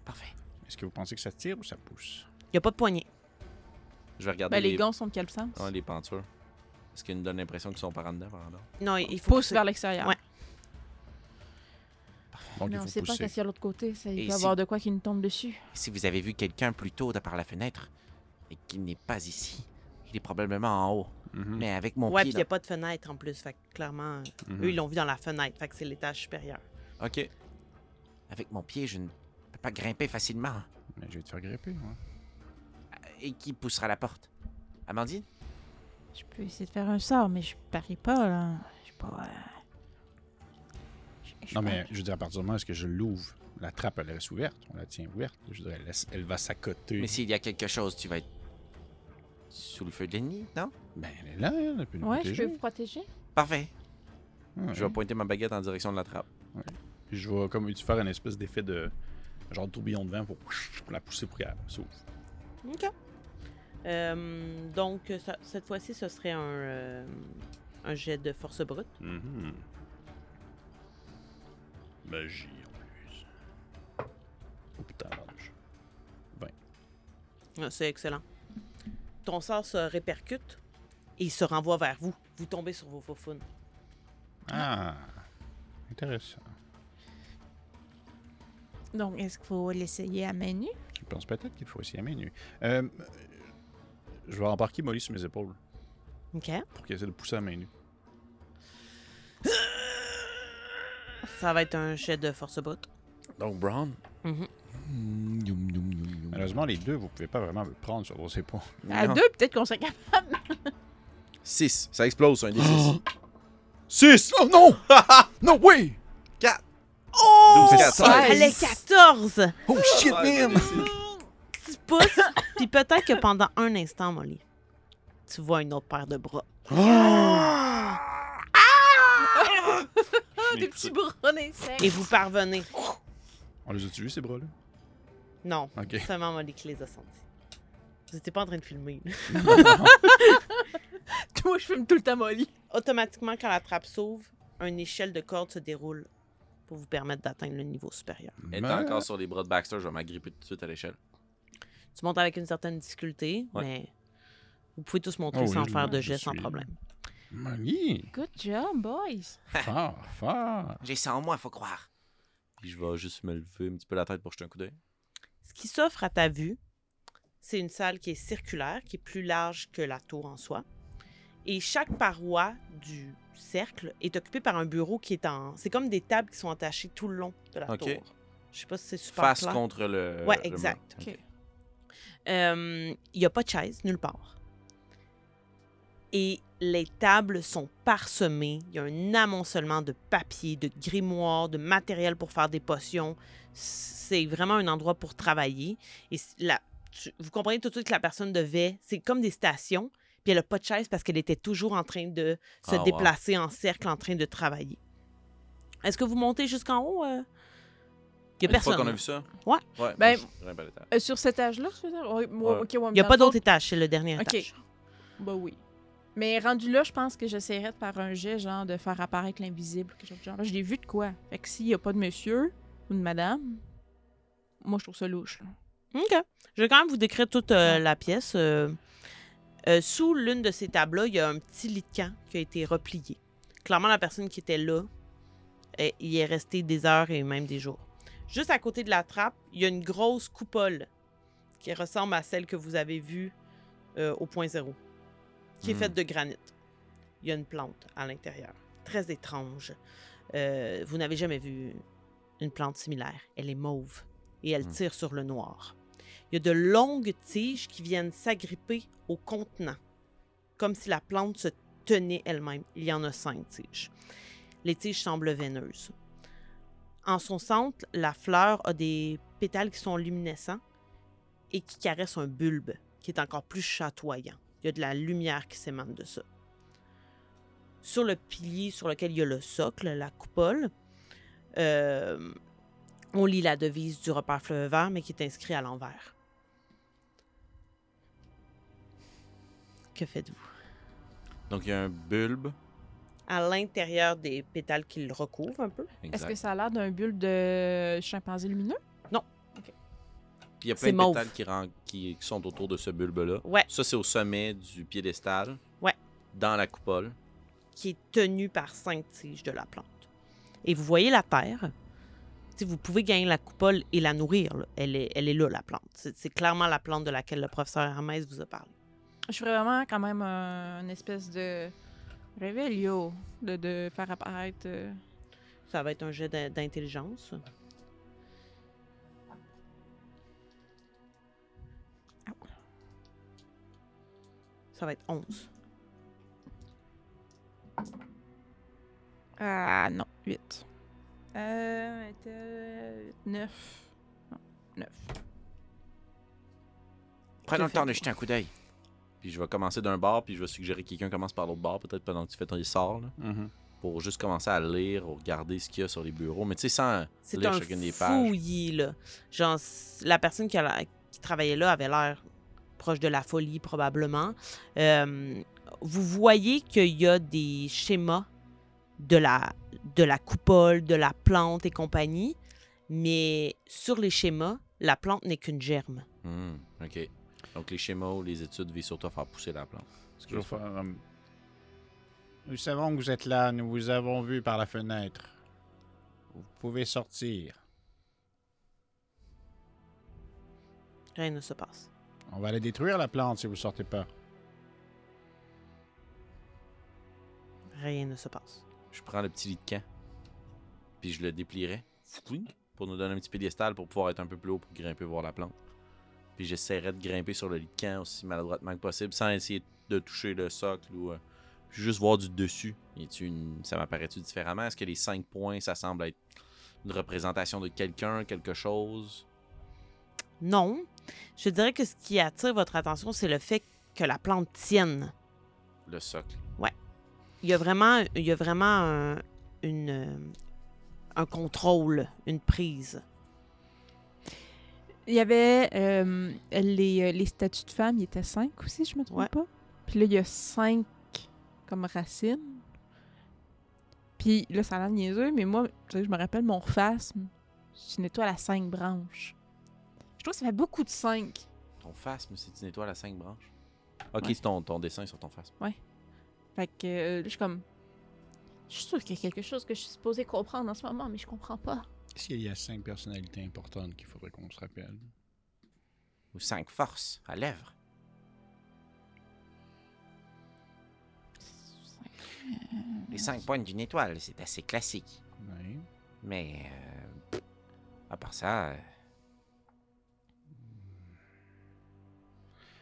Parfait.
Est-ce que vous pensez que ça tire ou ça pousse?
Il n'y a pas de poignée.
Je vais regarder
Ben, les
les,
gonds sont de quel sens?
Ouais, les peintures. Est-ce qu'ils nous donnent l'impression qu'ils sont par en dedans, par en dedans?
Non, il faut.
Pousse
pousser.
vers l'extérieur.
Ouais.
Donc,
Mais
il
on
faut
sait pas
pousser.
qu'est-ce qu'il y a de l'autre côté. Ça, il
Et
peut y
si-
avoir de quoi qui nous tombe dessus.
Si vous avez vu quelqu'un plus tôt de par la fenêtre et qu'il n'est pas ici, il est probablement en haut.
Mhm,
Mais avec mon
Ouais, puis
pied.
il n'y a pas de fenêtre en plus. Fait que clairement,
mhm.
eux, ils l'ont vu dans la fenêtre. Fait que c'est l'étage supérieur.
OK.
dans- Avec mon pied, je ne peux pas grimper facilement.
Mais je vais te faire gripper, moi.
Et qui poussera la porte Amandine
Je peux essayer de faire un sort, mais je parie pas, là. Je suis pas... euh, je- je suis
Non,
pas-
mais je veux dire, à partir du moment où est-ce que je l'ouvre, la trappe, elle reste ouverte. On la tient ouverte. Je veux dire, elle, laisse- elle va s'accoter.
Mais s'il y a quelque chose, tu vas être. sous le feu de l'ennemi, non
Ben, elle est là, elle, elle peut nous
Ouais, je
protéger.
peux vous protéger.
Parfait.
Ouais.
Je vais pointer ma baguette en direction de la trappe.
Puis je vais comme tu faire une espèce d'effet de genre de tourbillon de vent pour, pour la pousser pour qu'elle s'ouvre.
OK. Euh, donc, ça- cette fois-ci, ce serait un, euh, un jet de force brute.
Mhm. Magie en plus. Oh putain, vache.
Ah, C'est excellent. Ton sort se répercute et il se renvoie vers vous. Vous tombez sur vos faufounes.
Ah, intéressant.
Donc, est-ce qu'il faut l'essayer à main nue?
Je pense peut-être qu'il faut essayer à main nue. Euh, je vais embarquer Molly sur mes épaules
OK.
pour qu'elle essaie de pousser à main nue.
Ça va être un jet de force brute.
Donc, Brown, Mm,
Mhm.
Euh, Malheureusement, les deux, vous pouvez pas vraiment le prendre sur vos épaules.
À
Non.
deux, peut-être qu'on serait capable.
6. Ça explose, un des 6. 6! Oh
[LAUGHS]
non! non, oui! 4. Oh! 12, 14.
Allez, 14!
Oh shit,
Ah,
man!
Tu pousses, [LAUGHS] puis peut-être que pendant un instant, Molly, tu vois une autre paire de bras.
Je
Ah, Des
l'ai
petits
cru.
bras d'insectes.
Et vous parvenez.
On les a-tu vus, ces bras-là?
Non,
Ok.
seulement Molly qui les a sentis. Vous n'étiez pas en train de filmer. [LAUGHS] là.
Moi, je fume tout le temps Molly.
Automatiquement, quand la trappe s'ouvre, une échelle de corde se déroule pour vous permettre d'atteindre le niveau supérieur.
Elle est encore sur les bras de Baxter, je vais m'agripper tout de suite à l'échelle.
Tu montes avec une certaine difficulté,
Ouais.
mais vous pouvez tous monter
Oh oui,
sans
je-
faire de
je
jet, sans
suis-
problème.
Mani!
Good job, boys.
Ah.
Fort, fort!
J'ai ça en moi, faut croire.
Puis je vais juste me lever un petit peu la tête pour jeter un coup d'œil.
Ce qui s'offre à ta vue, c'est une salle qui est circulaire, qui est plus large que la tour en soi. Et chaque paroi du cercle est occupée par un bureau qui est en... C'est comme des tables qui sont attachées tout le long de la
Ok.
tour. Je sais pas si c'est super
Face
clair.
contre le.
Ouais,
le mur.
exact.
Ok.
Euh, Il n'y a pas de chaise nulle part. Et les tables sont parsemées. Il y a un amoncellement de papier, de grimoires, de matériel pour faire des potions. C'est vraiment un endroit pour travailler. Et c- la- tu- vous comprenez tout de suite que la personne devait. C'est comme des stations. Puis elle n'a pas de chaise parce qu'elle était toujours en train de se
Ah, wow.
déplacer en cercle, en train de travailler. Est-ce que vous montez jusqu'en haut? euh? Il n'y a
Une fois
personne. hein?
qu'on a vu ça?
Ouais.
Ouais,
Ben,
moi, je grimpe à l'étage.
Euh, sur cet âge-là, je veux dire? Ouais, moi,
Ouais.
ok, ouais,
Il
mais
n'y a
dans
pas
le fond,
d'autre étage, c'est le dernier
Ok.
étage.
Bah oui. Mais rendu là, je pense que j'essaierais de faire un jet, genre, de faire apparaître l'invisible. quelque chose du genre. Là, je l'ai vu de quoi. Fait que s'il n'y a pas de monsieur ou de madame, moi, je trouve ça louche. là.
OK. Je vais quand même vous décrire toute euh, la pièce. Euh, euh, sous l'une de ces tables-là, il y a un petit lit de camp qui a été replié. Clairement, la personne qui était là, euh, il est resté des heures et même des jours. Juste à côté de la trappe, il y a une grosse coupole qui ressemble à celle que vous avez vue euh, au point zéro, qui est
Hmm.
faite de granit. Il y a une plante à l'intérieur. Très étrange. Euh, vous n'avez jamais vu une plante similaire. Elle est mauve et elle
Hmm.
tire sur le noir. Il y a de longues tiges qui viennent s'agripper au contenant, comme si la plante se tenait elle-même. Il y en a cinq tiges. Les tiges semblent veineuses. En son centre, la fleur a des pétales qui sont luminescents et qui caressent un bulbe qui est encore plus chatoyant. Il y a de la lumière qui s'émane de ça. Sur le pilier sur lequel il y a le socle, la coupole, euh, on lit la devise du repère fleuve vert, mais qui est inscrite à l'envers. Que faites-vous?
Donc il y a un bulbe.
À l'intérieur des pétales qui le recouvrent un peu.
Est-ce
Exact.
que ça a l'air d'un bulle de chimpanzé lumineux?
Puis il y a
c'est
plein de
mauve.
pétales qui, ren- qui- qui sont autour de ce bulbe-là.
Ouais.
Ça, c'est au sommet du piédestal.
Ouais.
Dans la coupole.
qui est tenu par cinq tiges de la plante. Et vous voyez la terre. Si vous pouvez gagner la coupole et la nourrir, là. Elle, est, elle est là, la plante. C'est c'est clairement la plante de laquelle le professeur Hermès vous a parlé.
Je ferais vraiment quand même un- une espèce de révélio de, de faire apparaître. euh,
Ça va être un jet d'in- d'intelligence. Ça va être 11.
Ah non, 8. Euh, était 9. Non, 9.
Prenons le
Tout à
temps de
fait.
jeter un coup d'œil.
Puis je vais commencer d'un bord, puis je vais suggérer que quelqu'un commence par l'autre bord, peut-être pendant que tu fais ton sort, là,
Mm-hmm.
Mhm.
pour juste commencer à lire ou regarder ce qu'il y a sur les bureaux. Mais tu sais, sans.
C'est
lire
un
chacune des pages.
fouillis, là. Genre, c- la personne qui, a la- qui travaillait là avait l'air proche de la folie, probablement. Euh, vous voyez qu'il y a des schémas de la, de la coupole, de la plante et compagnie, mais sur les schémas, la plante n'est qu'une germe.
Hmm, ok. Donc les schémas ou les études visent surtout à faire pousser la plante.
Je vais faire, euh, Nous savons que vous êtes là, nous vous avons vu par la fenêtre. Vous pouvez sortir.
Rien ne se passe.
On va la détruire, la plante, si vous sortez pas.
Rien ne se passe.
Je prends le petit lit de camp, puis je le déplierai pour nous donner un petit pédestal pour pouvoir être un peu plus haut pour grimper voir la plante. Puis j'essaierai de grimper sur le lit de camp aussi maladroitement que possible, sans essayer de toucher le socle ou euh, puis juste voir du dessus. est une... Ça m'apparaît-tu différemment? Est-ce que les cinq points, ça semble être une représentation de quelqu'un, quelque chose?
Non. Je dirais que ce qui attire votre attention, c'est le fait que la plante tienne.
Le socle.
Il y a vraiment, il y a vraiment un, une, euh, un contrôle, une prise.
Euh,
Il y avait euh, les, euh, les statues de femmes, il y était cinq aussi, je me trompe
Ouais.
pas. Puis là, il y a cinq comme racines. Puis là, ça a l'air niaiseux, mais moi, tu sais, je me rappelle mon fasme. C'est une étoile à cinq branches. Je trouve que ça fait beaucoup de cinq.
Ton phasme, c'est une étoile à cinq branches. Ok,
Ouais.
c'est ton, ton dessin sur ton phasme.
Fait que euh, je suis comme. Je suis sûre qu'il y a quelque chose que je suis supposée comprendre en ce moment, mais je comprends pas.
Est-ce qu'il y a cinq personnalités importantes qu'il faudrait qu'on se rappelle?
Ou cinq forces à l'œuvre. Les cinq pointes d'une étoile, c'est assez classique.
Ouais.
Mais. euh, pff, à part ça. euh,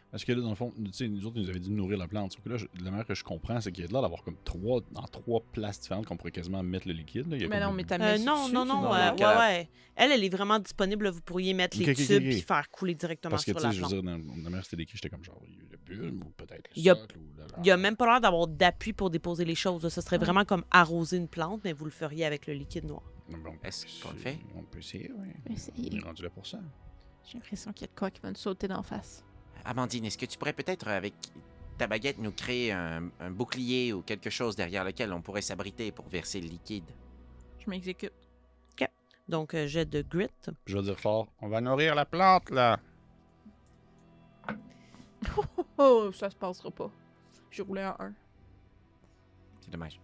Parce que là, dans le fond, tu sais, nous autres, ils nous avaient dit de nourrir la plante. Sauf que là, je- de la manière que je comprends, c'est qu'il y a de l'air d'avoir comme trois, dans trois places différentes qu'on pourrait quasiment mettre le liquide. là. Il y a
Mais
comme
non,
le-
mais t'as
Euh,
mis
non,
dessus,
non,
tu
non,
vois.
euh,
donc,
ouais,
euh,
ouais. Elle, elle est vraiment disponible. Vous pourriez mettre les
Ok, ok,
tubes
ok.
puis faire couler directement
Parce que,
sur
tu
la
sais, je veux
plante.
dire, dans, dans la manière que c'était décrit, j'étais comme genre, il y a le bulbe ou peut-être le
Il y a-
socle ou la-
Il n'y a même pas l'air d'avoir d'appui pour déposer les choses. là. Ce
Ah.
serait vraiment comme arroser une plante, mais vous le feriez avec le liquide noir.
Mais bon,
Est-ce
c'est-
qu'on le fait?
On peut essayer, oui.
On peut essayer.
On est rendu là pour ça.
J'ai l'impression qu'il y a de quoi qui va nous sauter d'en face.
Amandine, est-ce que tu pourrais peut-être, euh, avec ta baguette, nous créer un, un bouclier ou quelque chose derrière lequel on pourrait s'abriter pour verser le liquide
Je m'exécute.
Donc, euh, jet de grit.
Je vais dire fort, on va nourrir la plante, là.
Oh, ça se passera pas. J'ai roulé un 1.
C'est dommage.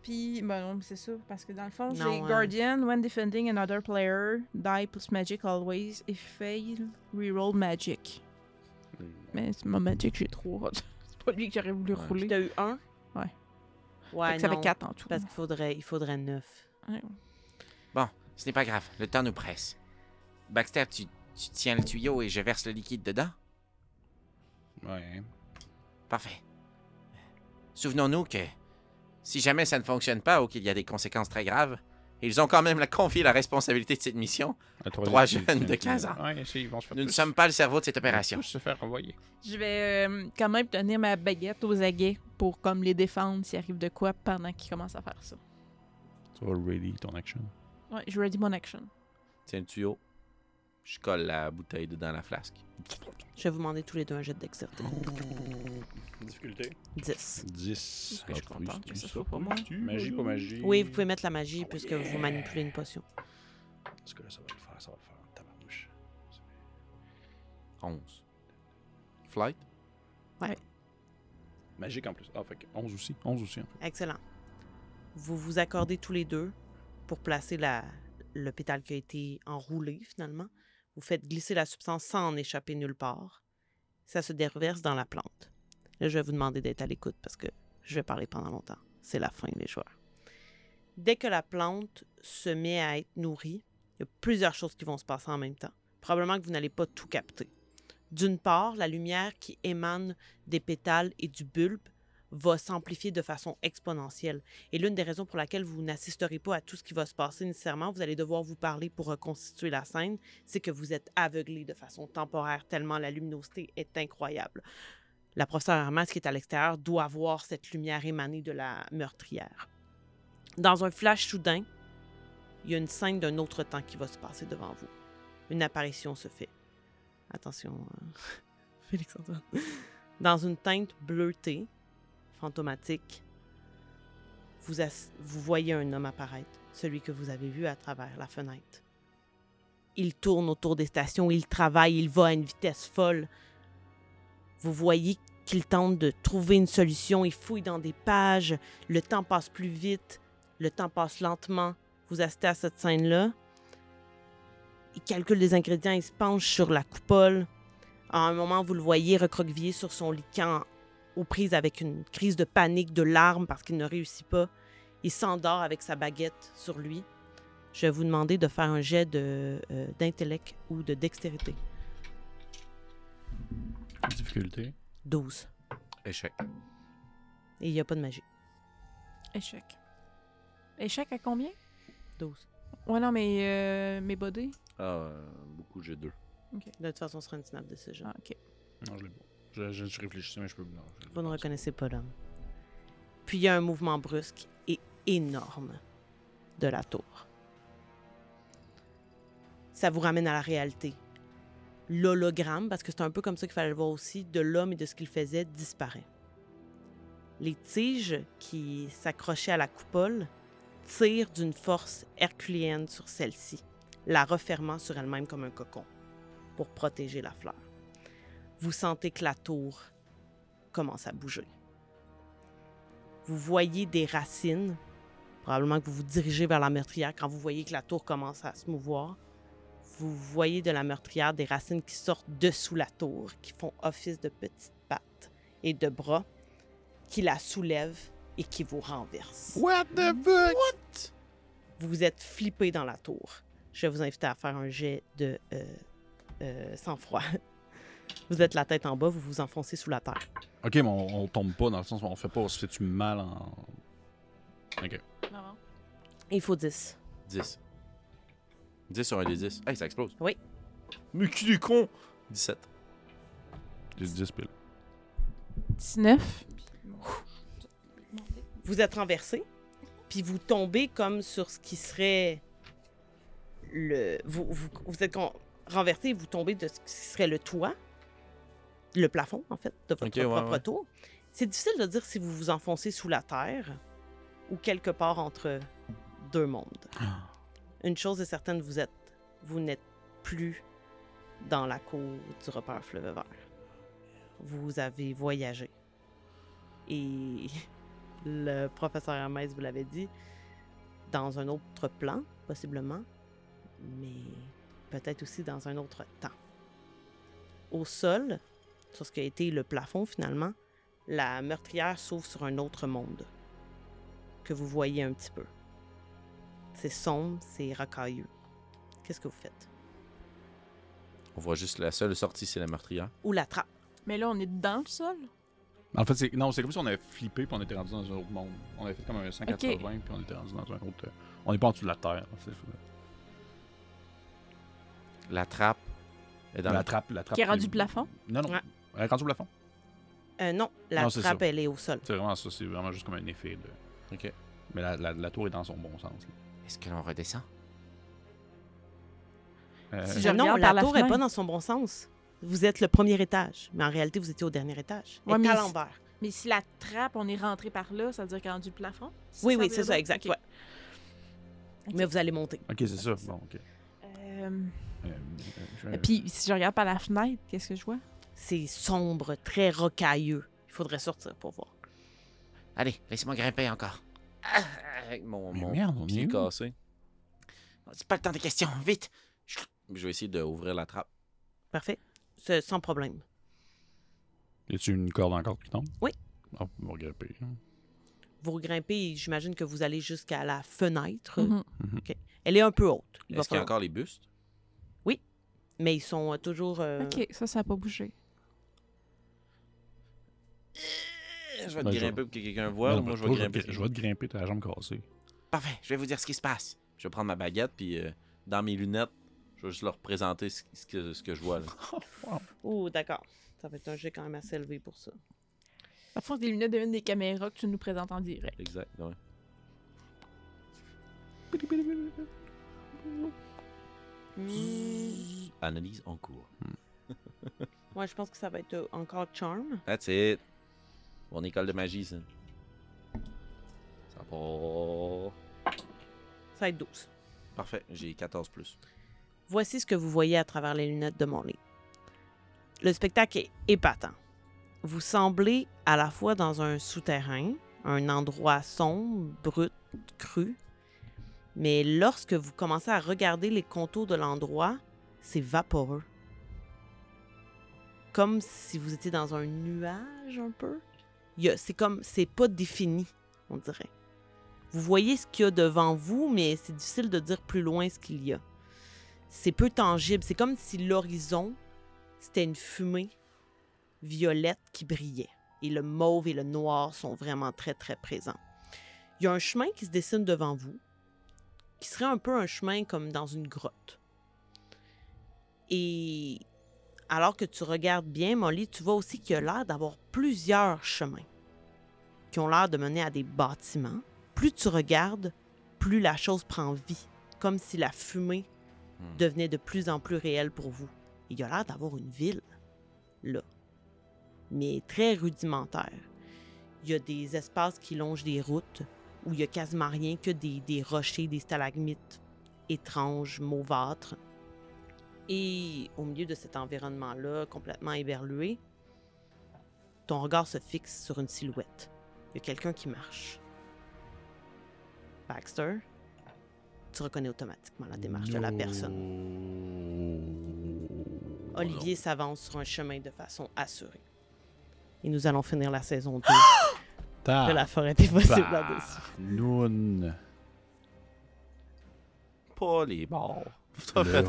Puis, ben non, mais c'est ça. Parce que dans le fond, j'ai
Non, euh,
Guardian, when defending another player, die plus magic always. If fail, reroll magic. Mais c'est mon magic, j'ai 3. [LAUGHS] c'est pas lui que j'aurais voulu
Ouais.
rouler.
Tu as eu un?
Ouais.
Ouais,
Fait que ça
non,
fait 4 en tout.
Parce qu'il faudrait, il faudrait neuf.
Ce n'est pas grave, le temps nous presse. Baxter, tu, tu tiens le tuyau et je verse le liquide dedans
Ouais.
Parfait. Souvenons-nous que si jamais ça ne fonctionne pas ou qu'il y a des conséquences très graves, ils ont quand même la- confié la responsabilité de cette mission.
À
Trois jeunes de 15 ans.
Ouais, c'est- ils vont se faire
Nous ne
tous-
sommes pas le cerveau de cette
ils vont
opération.
tous se faire envoyer.
Je vais euh, quand même donner ma baguette aux aguets pour comme les défendre s'il arrive de quoi pendant qu'ils commencent à faire ça.
Tu vas ready ton action.
Ouais, je ready mon action.
Tiens le tuyau. Je colle la bouteille dedans la flasque.
Je vais vous demander tous les deux un jet de dextérité.
Difficulté.
10.
10.
que je
Ah,
comprends que
plus,
ce
tu-
soit pas moi?
Magie pas magie.
Oui, vous pouvez mettre la magie puisque vous manipulez une potion.
Parce que là, ça va le faire, ça va le faire. Tabarnouche.
11. Flight?
Magique en plus. Ah, fait que 11 aussi. 11 aussi, en fait.
Excellent. Vous vous accordez tous les deux pour placer la, le pétale qui a été enroulé finalement. Vous faites glisser la substance sans en échapper nulle part. Ça se déverse dans la plante. Là, je vais vous demander d'être à l'écoute parce que je vais parler pendant longtemps. C'est la fin, les joueurs. Dès que la plante se met à être nourrie, il y a plusieurs choses qui vont se passer en même temps. Probablement que vous n'allez pas tout capter. D'une part, la lumière qui émane des pétales et du bulbe va s'amplifier de façon exponentielle. Et l'une des raisons pour laquelle vous n'assisterez pas à tout ce qui va se passer nécessairement, vous allez devoir vous parler pour reconstituer la scène, c'est que vous êtes aveuglé de façon temporaire tellement la luminosité est incroyable. La professeure Hermès qui est à l'extérieur doit voir cette lumière émanée de la meurtrière. Dans un flash soudain, il y a une scène d'un autre temps qui va se passer devant vous. Une apparition se fait. Attention, euh, [LAUGHS] Félix-Antoine. Dans une teinte bleutée, fantomatique, vous, ass- vous voyez un homme apparaître, celui que vous avez vu à travers la fenêtre. Il tourne autour des stations, il travaille, il va à une vitesse folle. Vous voyez qu'il tente de trouver une solution, il fouille dans des pages, le temps passe plus vite, le temps passe lentement. Vous assistez à cette scène-là. Il calcule les ingrédients, il se penche sur la coupole. À un moment, vous le voyez recroquevillé sur son lit quand aux prises avec une crise de panique, de larmes parce qu'il ne réussit pas. Il s'endort avec sa baguette sur lui. Je vais vous demander de faire un jet de, euh, d'intellect ou de dextérité
Difficulté.
12.
Échec.
Et il n'y a pas de magie.
Échec. Échec à combien?
12.
Ouais, non, mais euh, mes body.
Ah, euh, beaucoup, j'ai deux.
De toute façon, ce serait une snap de ce genre.
Ah, ok.
Non, je l'ai pas. Je, je, je réfléchissais, mais je peux. Non, je l'ai
Vous ne
pas.
reconnaissez pas l'homme. Puis il y a un mouvement brusque et énorme de la tour. Ça vous ramène à la réalité. L'hologramme, parce que c'est un peu comme ça qu'il fallait le voir aussi, de l'homme et de ce qu'il faisait disparaît. Les tiges qui s'accrochaient à la coupole tirent d'une force herculéenne sur celle-ci, la refermant sur elle-même comme un cocon pour protéger la fleur. Vous sentez que la tour commence à bouger. Vous voyez des racines. Probablement que vous vous dirigez vers la meurtrière quand vous voyez que la tour commence à se mouvoir. Vous voyez de la meurtrière des racines qui sortent dessous la tour, qui font office de petites pattes et de bras, qui la soulèvent et qui vous renversent.
What the fuck?
Vous êtes flippé dans la tour. Je vais vous inviter à faire un jet de euh, euh, sang-froid. [LAUGHS] Vous êtes la tête en bas, vous vous enfoncez sous la terre.
Ok, mais on, on tombe pas dans le sens où on fait pas, on se fait-tu mal en.
Non.
Il faut 10.
10. 10 sur un des 10. Hey, ça explose.
Oui.
Mais qui est con 17.
J'ai 10 piles.
19.
Vous êtes renversé, puis vous tombez comme sur ce qui serait le. Vous, vous, vous êtes con- renversé et vous tombez de ce qui serait le toit, le plafond, en fait, de votre
Ok, ouais,
propre
ouais.
tour. C'est difficile de dire si vous vous enfoncez sous la terre ou quelque part entre deux mondes.
Ah.
Une chose est certaine, vous êtes. Vous n'êtes plus dans la cour du repère fleuve vert. Vous avez voyagé. Et le professeur Hermès vous l'avait dit, dans un autre plan, possiblement, mais peut-être aussi dans un autre temps. Au sol, sur ce qui a été le plafond finalement, la meurtrière s'ouvre sur un autre monde que vous voyez un petit peu. C'est sombre, c'est rocailleux. Qu'est-ce que vous faites?
On voit juste la seule sortie, c'est la meurtrière.
Ou la trappe.
Mais là, on est dans le sol.
En fait, c'est- non, c'est comme si on avait flippé puis on était rendu dans un autre monde. On avait fait comme un 180 puis on était rendu dans un autre. euh, On n'est pas en dessous de la terre. là, c'est ça.
La trappe est dans
la
la
trappe, la trappe.
Qui est rendu plafond.
Non, non.
Ouais.
Elle est rendue au plafond.
Euh, non, la
Non, c'est
trappe,
ça.
elle est au sol.
C'est vraiment ça, c'est vraiment juste comme un effet de.
Ok.
Mais la, la, la tour est dans son bon sens.
Est-ce que l'on redescend?
là. Euh,
Si je
non,
regarde
la
par la
tour n'est pas
fenêtre.
dans son bon sens. Vous êtes le premier étage, mais en réalité, vous étiez au dernier étage.
Ouais,
elle est
mais
à
c'est-
l'envers.
Mais si la trappe, on est rentré par là, ça veut dire qu'elle est rendue plafond?
Oui, oui,
veut
c'est
dire
ça,
donc?
exact.
Ok.
ouais. Mais vous allez monter.
Ok, c'est ça. Bon, ok.
Euh,
Euh, euh, je-
Puis si je regarde par la fenêtre, qu'est-ce que je vois?
C'est sombre, très rocailleux. Il faudrait sortir pour voir.
Allez, laisse-moi grimper encore. Ah, avec mon,
Mais
mon-
merde, on est
pied
où?
cassé.
C'est pas le temps des questions, vite!
Je vais essayer d'ouvrir la trappe.
Parfait. C'est sans problème.
Y a-tu une corde encore qui tombe?
Oui.
Ah, on va grimper. hein.
Vous grimpez et j'imagine que vous allez jusqu'à la fenêtre.
Mhm.
Elle est un peu haute. Il va
Est-ce qu'il y a
falloir-
encore les bustes
Mais ils sont euh, toujours... euh,
Ok, ça, ça n'a pas bougé.
Eh, Je vais te
Ben, je-
grimper pour que quelqu'un voit.
Non,
ou moi,
ben,
je
toi,
vais grimper.
Je vais te grimper, t'as la jambe cassée. [LAUGHS]
Parfait, je vais vous dire ce qui se passe.
Je vais prendre ma baguette, puis euh, dans mes lunettes, je vais juste leur présenter ce, ce que, ce que je vois. là.
Oh, d'accord. Ça va être un jet quand même assez élevé pour ça.
À force des lunettes de une des caméras que tu nous présentes en direct.
Exact, ouais.
Mm.
Analyse en cours.
Moi, je pense que ça va être euh, encore charm.
That's it. Mon école de magie, ça. Ça part.
Ça va être 12.
Parfait, j'ai 14 plus.
Voici ce que vous voyez à travers les lunettes de mon lit. Le spectacle est épatant. Vous semblez à la fois dans un souterrain, un endroit sombre, brut, cru, mais lorsque vous commencez à regarder les contours de l'endroit, c'est vaporeux. Comme si vous étiez dans un nuage un peu. Il y a- C'est comme, c'est pas défini, on dirait. Vous voyez ce qu'il y a devant vous, mais c'est difficile de dire plus loin ce qu'il y a c'est peu tangible. C'est comme si l'horizon, c'était une fumée violette qui brillait. Et le mauve et le noir sont vraiment très, très présents. Il y a un chemin qui se dessine devant vous, qui serait un peu un chemin comme dans une grotte. Et alors que tu regardes bien, Molly, tu vois aussi qu'il y a l'air d'avoir plusieurs chemins qui ont l'air de mener à des bâtiments. Plus tu regardes, plus la chose prend vie, comme si la fumée
Hmm.
devenait de plus en plus réelle pour vous. Il y a l'air d'avoir une ville, là, mais très rudimentaire. Il y a des espaces qui longent des routes où il y a quasiment rien que des, des rochers, des stalagmites étranges, mauvâtres. Et au milieu de cet environnement-là, complètement éberlué, ton regard se fixe sur une silhouette. Il y a quelqu'un qui marche. Baxter, tu reconnais automatiquement la démarche de la personne.
Oh.
Olivier s'avance sur un chemin de façon assurée. Et nous allons finir la saison 2 de La [LAUGHS] forêt des possibles
Ah.
là-dessus.
Noun.
Pas les [LAUGHS] morts. T'as fait
Le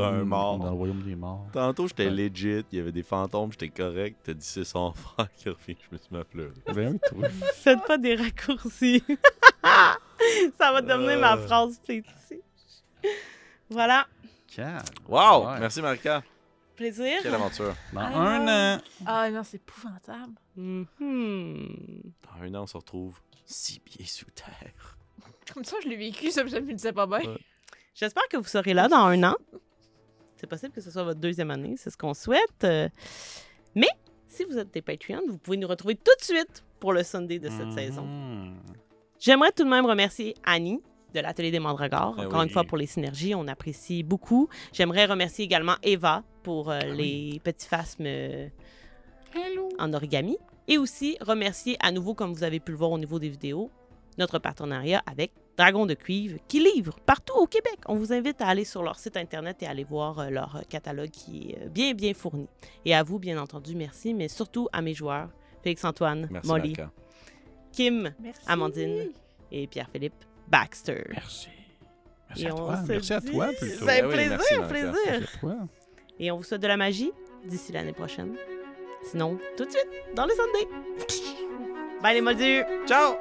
royaume
un
Dans le
mort.
royaume des morts.
Tantôt, j'étais
Ouais.
legit, il y avait des fantômes, j'étais correct. T'as dit c'est son frère qui revient, je me suis mis à pleurer.
[LAUGHS] Ben oui,
[LAUGHS]
toi.
Faites pas des raccourcis. [LAUGHS] Ça va devenir ma
Euh.
phrase fétiche. Voilà.
Calme.
Wow!
Ouais.
Merci, Marika.
Plaisir. [LAUGHS]
Quelle aventure.
Dans
Ah
un an.
Ah non, c'est épouvantable.
Mhm.
Dans un an, on se retrouve six pieds sous terre.
Comme ça, je l'ai vécu, ça, je me le disais pas bien.
Ouais.
J'espère que vous serez là dans un an. C'est possible que ce soit votre deuxième année, c'est ce qu'on souhaite. Euh, Mais si vous êtes des Patreons, vous pouvez nous retrouver tout de suite pour le Sunday de
Mhm.
cette saison.
Mm.
J'aimerais tout de même remercier Annie de l'Atelier des Mandragores,
Ah
encore
oui.
une fois pour les synergies, on apprécie beaucoup. J'aimerais remercier également Eva pour euh,
Ben
les petits phasmes euh, en origami. Et aussi remercier à nouveau, comme vous avez pu le voir au niveau des vidéos, notre partenariat avec Dragon de Cuivre qui livre partout au Québec. On vous invite à aller sur leur site internet et à aller voir euh, leur euh, catalogue qui est euh, bien, bien fourni. Et à vous, bien entendu, merci, mais surtout à mes joueurs, Félix-Antoine,
Merci,
Molly,
Marika.
Kim,
Merci.
Amandine. et Pierre-Philippe Baxter.
Merci. Merci
Et
à
on
toi.
se
Merci à
dit-
toi, plutôt.
Ben,
Ah oui,
plaisir,
merci, Marika.
plaisir.
Merci à toi.
Et on vous souhaite de la magie d'ici l'année prochaine. Sinon, tout de suite, dans le Sunday. Bye les modules.
Ciao!